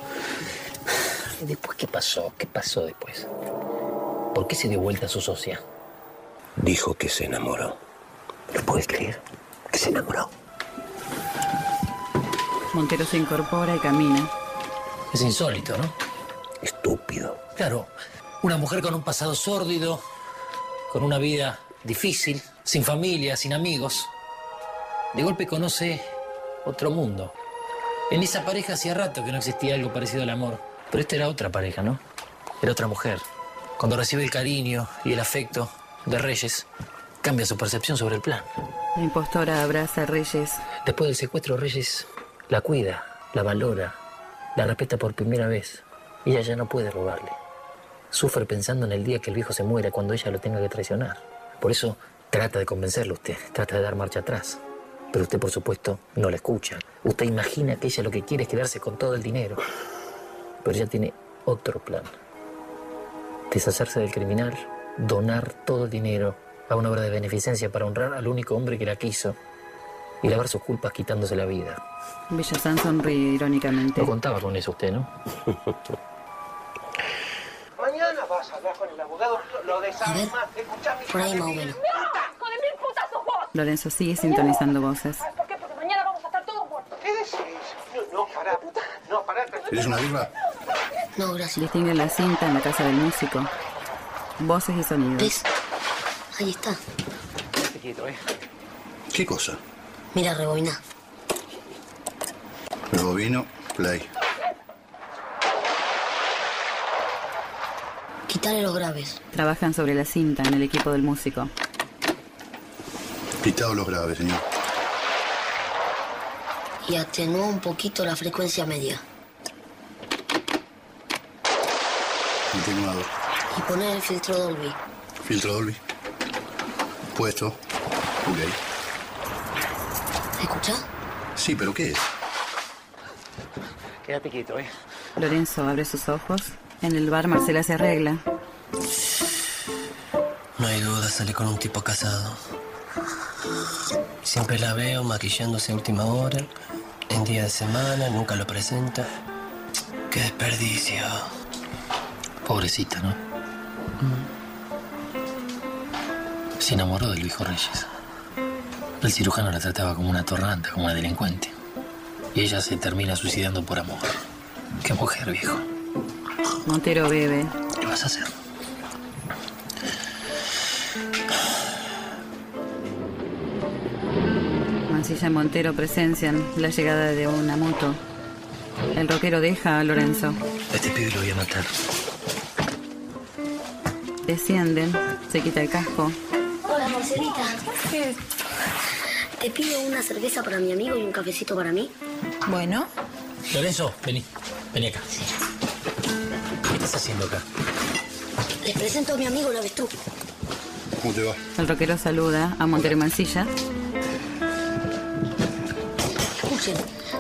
S6: ¿Y después qué pasó? ¿Qué pasó después? ¿Por qué se dio vuelta a su socia?
S13: Dijo que se enamoró. ¿Lo puedes creer? Que se enamoró.
S5: Montero se incorpora y camina.
S6: Es insólito, ¿no?
S13: Estúpido.
S6: Claro, una mujer con un pasado sórdido, con una vida difícil, sin familia, sin amigos, de golpe conoce otro mundo. En esa pareja hacía rato que no existía algo parecido al amor, pero esta era otra pareja, ¿no? Era otra mujer. Cuando recibe el cariño y el afecto de Reyes, cambia su percepción sobre el plan.
S5: La impostora abraza a Reyes.
S6: Después del secuestro, Reyes la cuida, la valora, la respeta por primera vez. Ella ya no puede robarle. Sufre pensando en el día que el viejo se muera, cuando ella lo tenga que traicionar. Por eso trata de convencerlo usted, trata de dar marcha atrás. Pero usted, por supuesto, no la escucha. Usted imagina que ella lo que quiere es quedarse con todo el dinero. Pero ella tiene otro plan. Deshacerse del criminal, donar todo el dinero a una obra de beneficencia para honrar al único hombre que la quiso y lavar sus culpas quitándose la vida.
S5: Villazán sonríe irónicamente.
S6: Lo contaba con eso usted, ¿no?
S8: Mañana vas a hablar con el abogado, lo desarmas, escuchá mi
S5: por ahí más o menos.
S16: ¡Me hartas con el mil putas sos vos!
S5: Lorenzo sigue sintonizando voces.
S16: ¿Sabes por qué? Porque mañana vamos a estar todos muertos.
S8: ¿Qué decís? No, no, pará, no, pará.
S4: ¿Eres una diva?
S7: No, gracias.
S5: Distinguen la cinta en la casa del músico. Voces y sonidos.
S7: Ahí está.
S4: ¿Qué cosa?
S7: Mira, rebobiná.
S4: Rebobino, play.
S7: Quitarle los graves.
S5: Trabajan sobre la cinta en el equipo del músico.
S4: Quitado los graves, señor.
S7: Y atenúa un poquito la frecuencia media.
S4: Continuado.
S7: Y poner el filtro Dolby.
S4: Filtro Dolby. Puesto. Ok.
S7: ¿Escuchás?
S4: Sí, pero ¿qué es?
S8: Quédate quieto, eh.
S5: Lorenzo abre sus ojos. En el bar Marcela se arregla.
S3: No hay duda, salí con un tipo casado. Siempre la veo maquillándose a última hora, en día de semana, nunca lo presenta. Qué desperdicio.
S6: Pobrecita, ¿no?
S1: Mm.
S6: Se enamoró del viejo Reyes. El cirujano la trataba como una torranta, como una delincuente. Y ella se termina suicidando por amor. Qué mujer, viejo.
S5: Montero bebe.
S6: ¿Qué vas a hacer?
S5: Mancilla y Montero presencian la llegada de una moto. El rockero deja a Lorenzo.
S1: A este pibe lo voy a matar.
S5: Descienden, se quita el casco.
S7: Hola, Marcelita. Te pido una cerveza para mi amigo y un cafecito para mí.
S11: Bueno.
S6: Lorenzo, vení. Vení acá. ¿Qué estás haciendo acá?
S7: Les presento a mi amigo, la avestruz.
S4: ¿Cómo te va?
S5: El rockero saluda a Montero y Mancilla.
S7: Escuchen,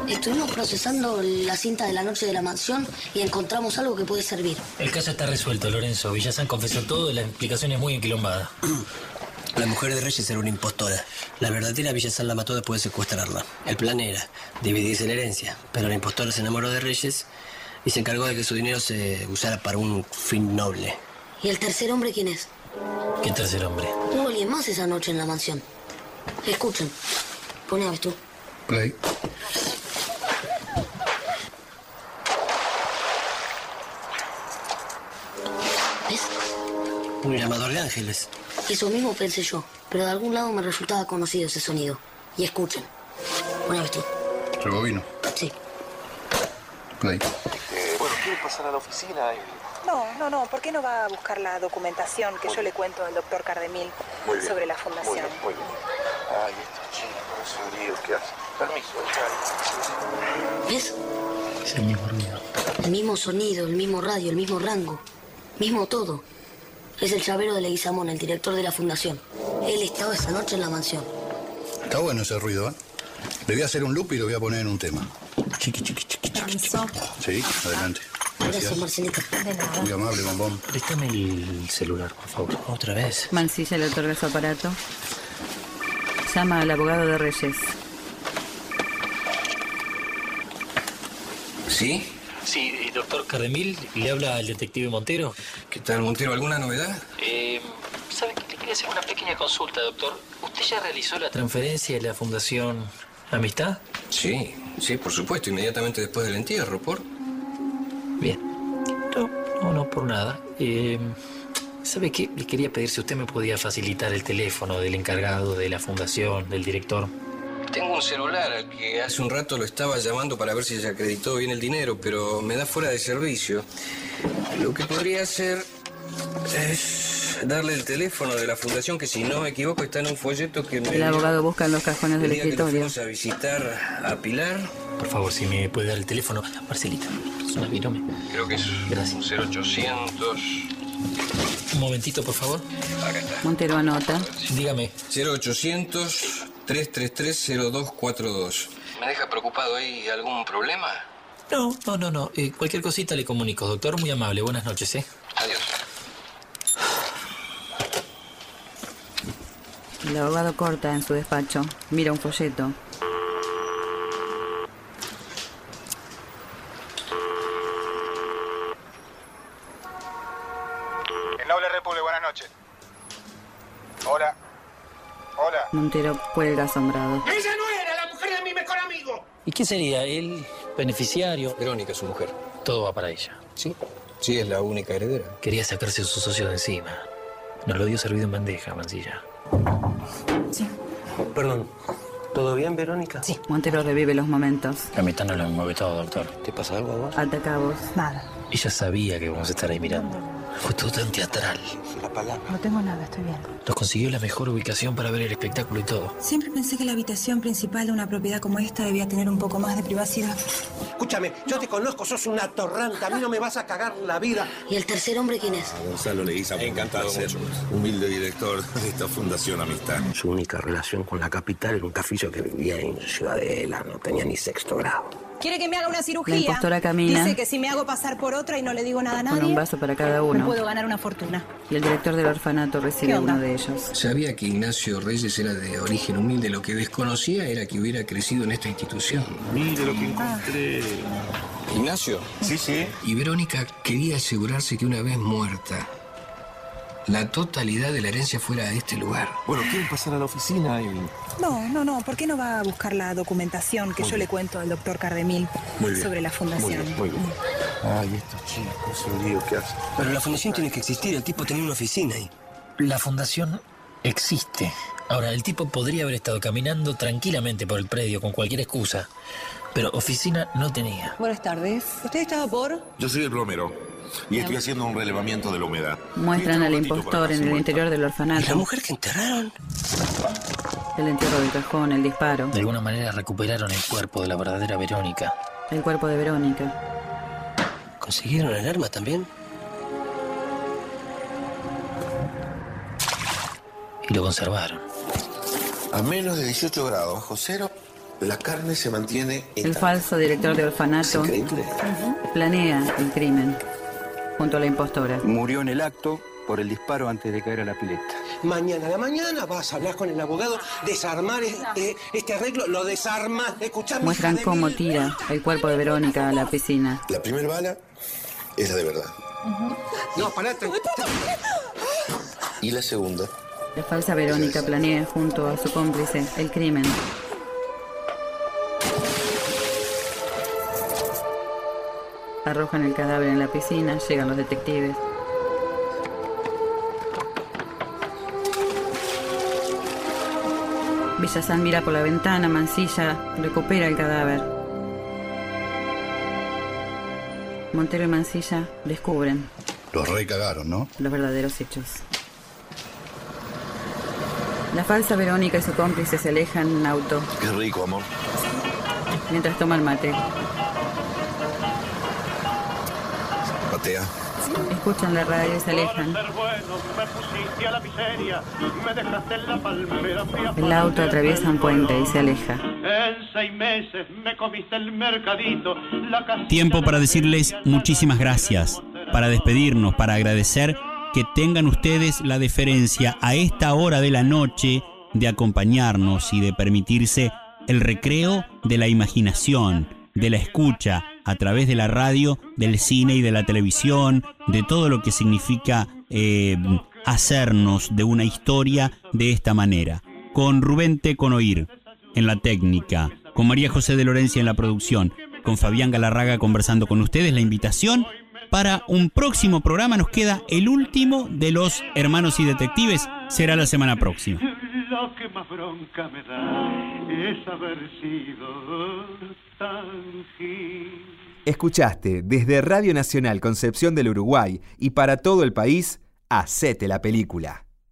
S7: estuvimos procesando la cinta de la noche de la mansión y encontramos algo que puede servir.
S6: El caso está resuelto, Lorenzo. Villazán confesó todo y la explicación es muy enquilombada.
S1: La mujer de Reyes era una impostora. La verdadera Villazán la mató después de secuestrarla. El plan era dividirse la herencia, pero la impostora se enamoró de Reyes y se encargó de que su dinero se usara para un fin noble.
S7: ¿Y el tercer hombre quién es?
S6: ¿Qué tercer hombre?
S7: Hubo alguien más esa noche en la mansión. Escuchen, pone avestruz.
S4: Play.
S1: Un llamador de ángeles.
S7: Eso mismo pensé yo, pero de algún lado me resultaba conocido ese sonido. Y escuchen, pone avestruz.
S4: Rebobino.
S7: Sí.
S4: Play.
S14: Eh, bueno, ¿quiere pasar a la oficina?
S11: No, no, no. ¿Por qué no va a buscar la documentación que yo le cuento al doctor Cardemil
S14: Muy bien.
S11: sobre la
S14: Muy
S11: fundación?
S14: bien, muy bien. Ay, estos chicos, esos líos que hacen. Permiso, chao.
S7: ¿Ves?
S6: Es el mismo ruido.
S7: El mismo sonido, el mismo radio, el mismo rango, mismo todo. Es el llavero de Leguizamón, el director de la fundación. Él estaba esa noche en la mansión.
S4: Está bueno ese ruido, ¿eh? Le voy a hacer un loop y lo voy a poner en un tema. Chiqui, chiqui, chiqui.
S11: Permiso.
S4: Sí, adelante.
S7: Gracias, Marcelita.
S11: De nada.
S4: Muy amable, bombón.
S6: Préstame el celular, por favor.
S1: Otra vez.
S5: Mancilla le otorga su aparato. Llama al abogado de Reyes.
S10: ¿Sí?
S6: Sí, eh, doctor Cardemil, le habla al detective Montero.
S10: ¿Qué tal, Montero? ¿Alguna novedad?
S6: Eh, ¿Sabe que le quería hacer una pequeña consulta, doctor? ¿Usted ya realizó la transferencia de la Fundación Amistad?
S10: Sí, sí, por supuesto, inmediatamente después del entierro, por...
S6: No, no, por nada. Eh, ¿Sabe qué? Le quería pedir si usted me podía facilitar el teléfono del encargado de la fundación, del director.
S10: Tengo un celular al que hace un rato lo estaba llamando para ver si se acreditó bien el dinero, pero me da fuera de servicio. Lo que podría hacer es darle el teléfono de la fundación, que si no me equivoco está en un folleto que me...
S5: El abogado busca en los cajones del
S10: El día que nos
S5: escritorio.
S10: fuimos a visitar a Pilar.
S6: Por favor, si me puede dar el teléfono. Marcelita, persona virome.
S10: Creo que es un 0800.
S6: Un momentito, por favor.
S10: Acá está.
S5: Montero anota.
S6: Dígame.
S10: 0800 333 0242. Me deja preocupado. ¿Hay algún problema?
S6: No, no, no, no. Eh, cualquier cosita le comunico, doctor. Muy amable. Buenas noches, ¿eh?
S10: Adiós.
S5: El abogado corta en su despacho. Mira un folleto.
S14: El Noble República, buenas noches. Hola. Hola.
S5: Montero cuelga asombrado.
S14: ¡Ella no era la mujer de mi mejor amigo!
S6: ¿Y quién sería? ¿El beneficiario?
S10: Verónica, su mujer.
S6: Todo va para ella.
S10: Sí. Sí, es la única heredera.
S6: Quería sacarse a su socio de encima. Nos lo dio servido en bandeja, Mancilla.
S13: Perdón. ¿Todo bien, Verónica? Sí.
S5: Montero revive los momentos.
S6: La mitad no lo mueve todo, doctor.
S13: ¿Te pasa algo a vos?
S5: Ataca a vos.
S11: Nada.
S6: Ella sabía que vamos a estar ahí mirando. Fue todo tan teatral.
S13: La palabra.
S11: No tengo nada, estoy bien.
S6: Nos consiguió la mejor ubicación para ver el espectáculo y todo.
S11: Siempre pensé que la habitación principal de una propiedad como esta debía tener un poco más de privacidad.
S13: Escúchame, yo te conozco, sos una torranta, a mí no me vas a cagar la vida.
S7: ¿Y el tercer hombre quién es?
S2: Gonzalo Leguizamón. Encantado ser humilde director de esta fundación Amistad.
S13: Su única relación con la capital era un cafillo que vivía en Ciudadela, no tenía ni sexto grado.
S11: Quiere que me haga una cirugía.
S5: La impostora camina.
S11: Dice que si me hago pasar por otra y no le digo nada a nadie,
S5: Con un vaso para cada
S11: me
S5: uno.
S11: puedo ganar una fortuna.
S5: Y el director del orfanato
S11: ¿Qué
S5: recibe
S11: onda?
S5: uno de ellos.
S10: Sabía que Ignacio Reyes era de origen humilde. Lo que desconocía era que hubiera crecido en esta institución.
S2: Mire lo que encontré.
S10: Ignacio.
S2: Sí, sí.
S10: Y Verónica quería asegurarse que una vez muerta, la totalidad de la herencia fuera a este lugar.
S2: Bueno, ¿quieren pasar a la oficina, Evelyn?
S11: No, no, no. ¿Por qué no va a buscar la documentación que yo le cuento al doctor Cardemil
S2: Muy bien.
S11: sobre la fundación?
S2: Muy bien, muy bien. Ay, estos chicos, esos líos que hacen.
S1: Pero la fundación tiene que existir. El tipo tenía una oficina ahí.
S6: La fundación Existe. Ahora, el tipo podría haber estado caminando tranquilamente por el predio con cualquier excusa, pero oficina no tenía.
S11: Buenas tardes. ¿Usted estaba por...?
S14: Yo soy el plomero y estoy haciendo un relevamiento de la humedad.
S5: Muestran al impostor en el interior del orfanato.
S14: ¿Y la
S5: mujer que enterraron? El entierro del cajón, el disparo.
S6: De alguna manera recuperaron el cuerpo de la verdadera Verónica.
S5: El cuerpo de Verónica.
S1: ¿Consiguieron el arma también?
S6: Y lo conservaron.
S14: A menos de 18 grados bajo cero, la carne se mantiene
S5: El falso director de orfanato planea el crimen junto a la impostora.
S21: Murió en el acto por el disparo antes de caer a la pileta.
S2: Mañana a la mañana vas a hablar con el abogado, desarmar
S13: e-
S2: es- eh, este arreglo, lo desarmas, escuchame.
S5: Muestran cómo tira el cuerpo de Verónica a la piscina.
S14: La primera bala es la de verdad.
S2: No, parate.
S14: Y la segunda.
S5: La falsa Verónica planea junto a su cómplice el crimen. Arrojan el cadáver en la piscina, llegan los detectives. Villazán mira por la ventana, Mansilla recupera el cadáver. Montero y Mansilla descubren
S4: Los recagaron, ¿no?
S5: los verdaderos hechos. La falsa Verónica y su cómplice se alejan en un auto
S14: Qué rico, amor.
S5: mientras toman mate.
S14: Patea.
S5: Escuchan la radio y se alejan. El auto atraviesa un puente y se aleja.
S3: Tiempo para decirles muchísimas gracias, para despedirnos, para agradecer que tengan ustedes la deferencia a esta hora de la noche de acompañarnos y de permitirse el recreo de la imaginación, de la escucha a través de la radio, del cine y de la televisión, de todo lo que significa eh, hacernos de una historia de esta manera. Con Rubén T. Conoir en la técnica, con María José de Lorencia en la producción, con Fabián Galarraga conversando con ustedes, la invitación para un próximo programa nos queda el último de los hermanos y detectives, será la semana próxima.
S17: Lo que más bronca me da es haber sido tan gil.
S2: Escuchaste desde Radio Nacional Concepción del Uruguay y para todo el país, hacete la película.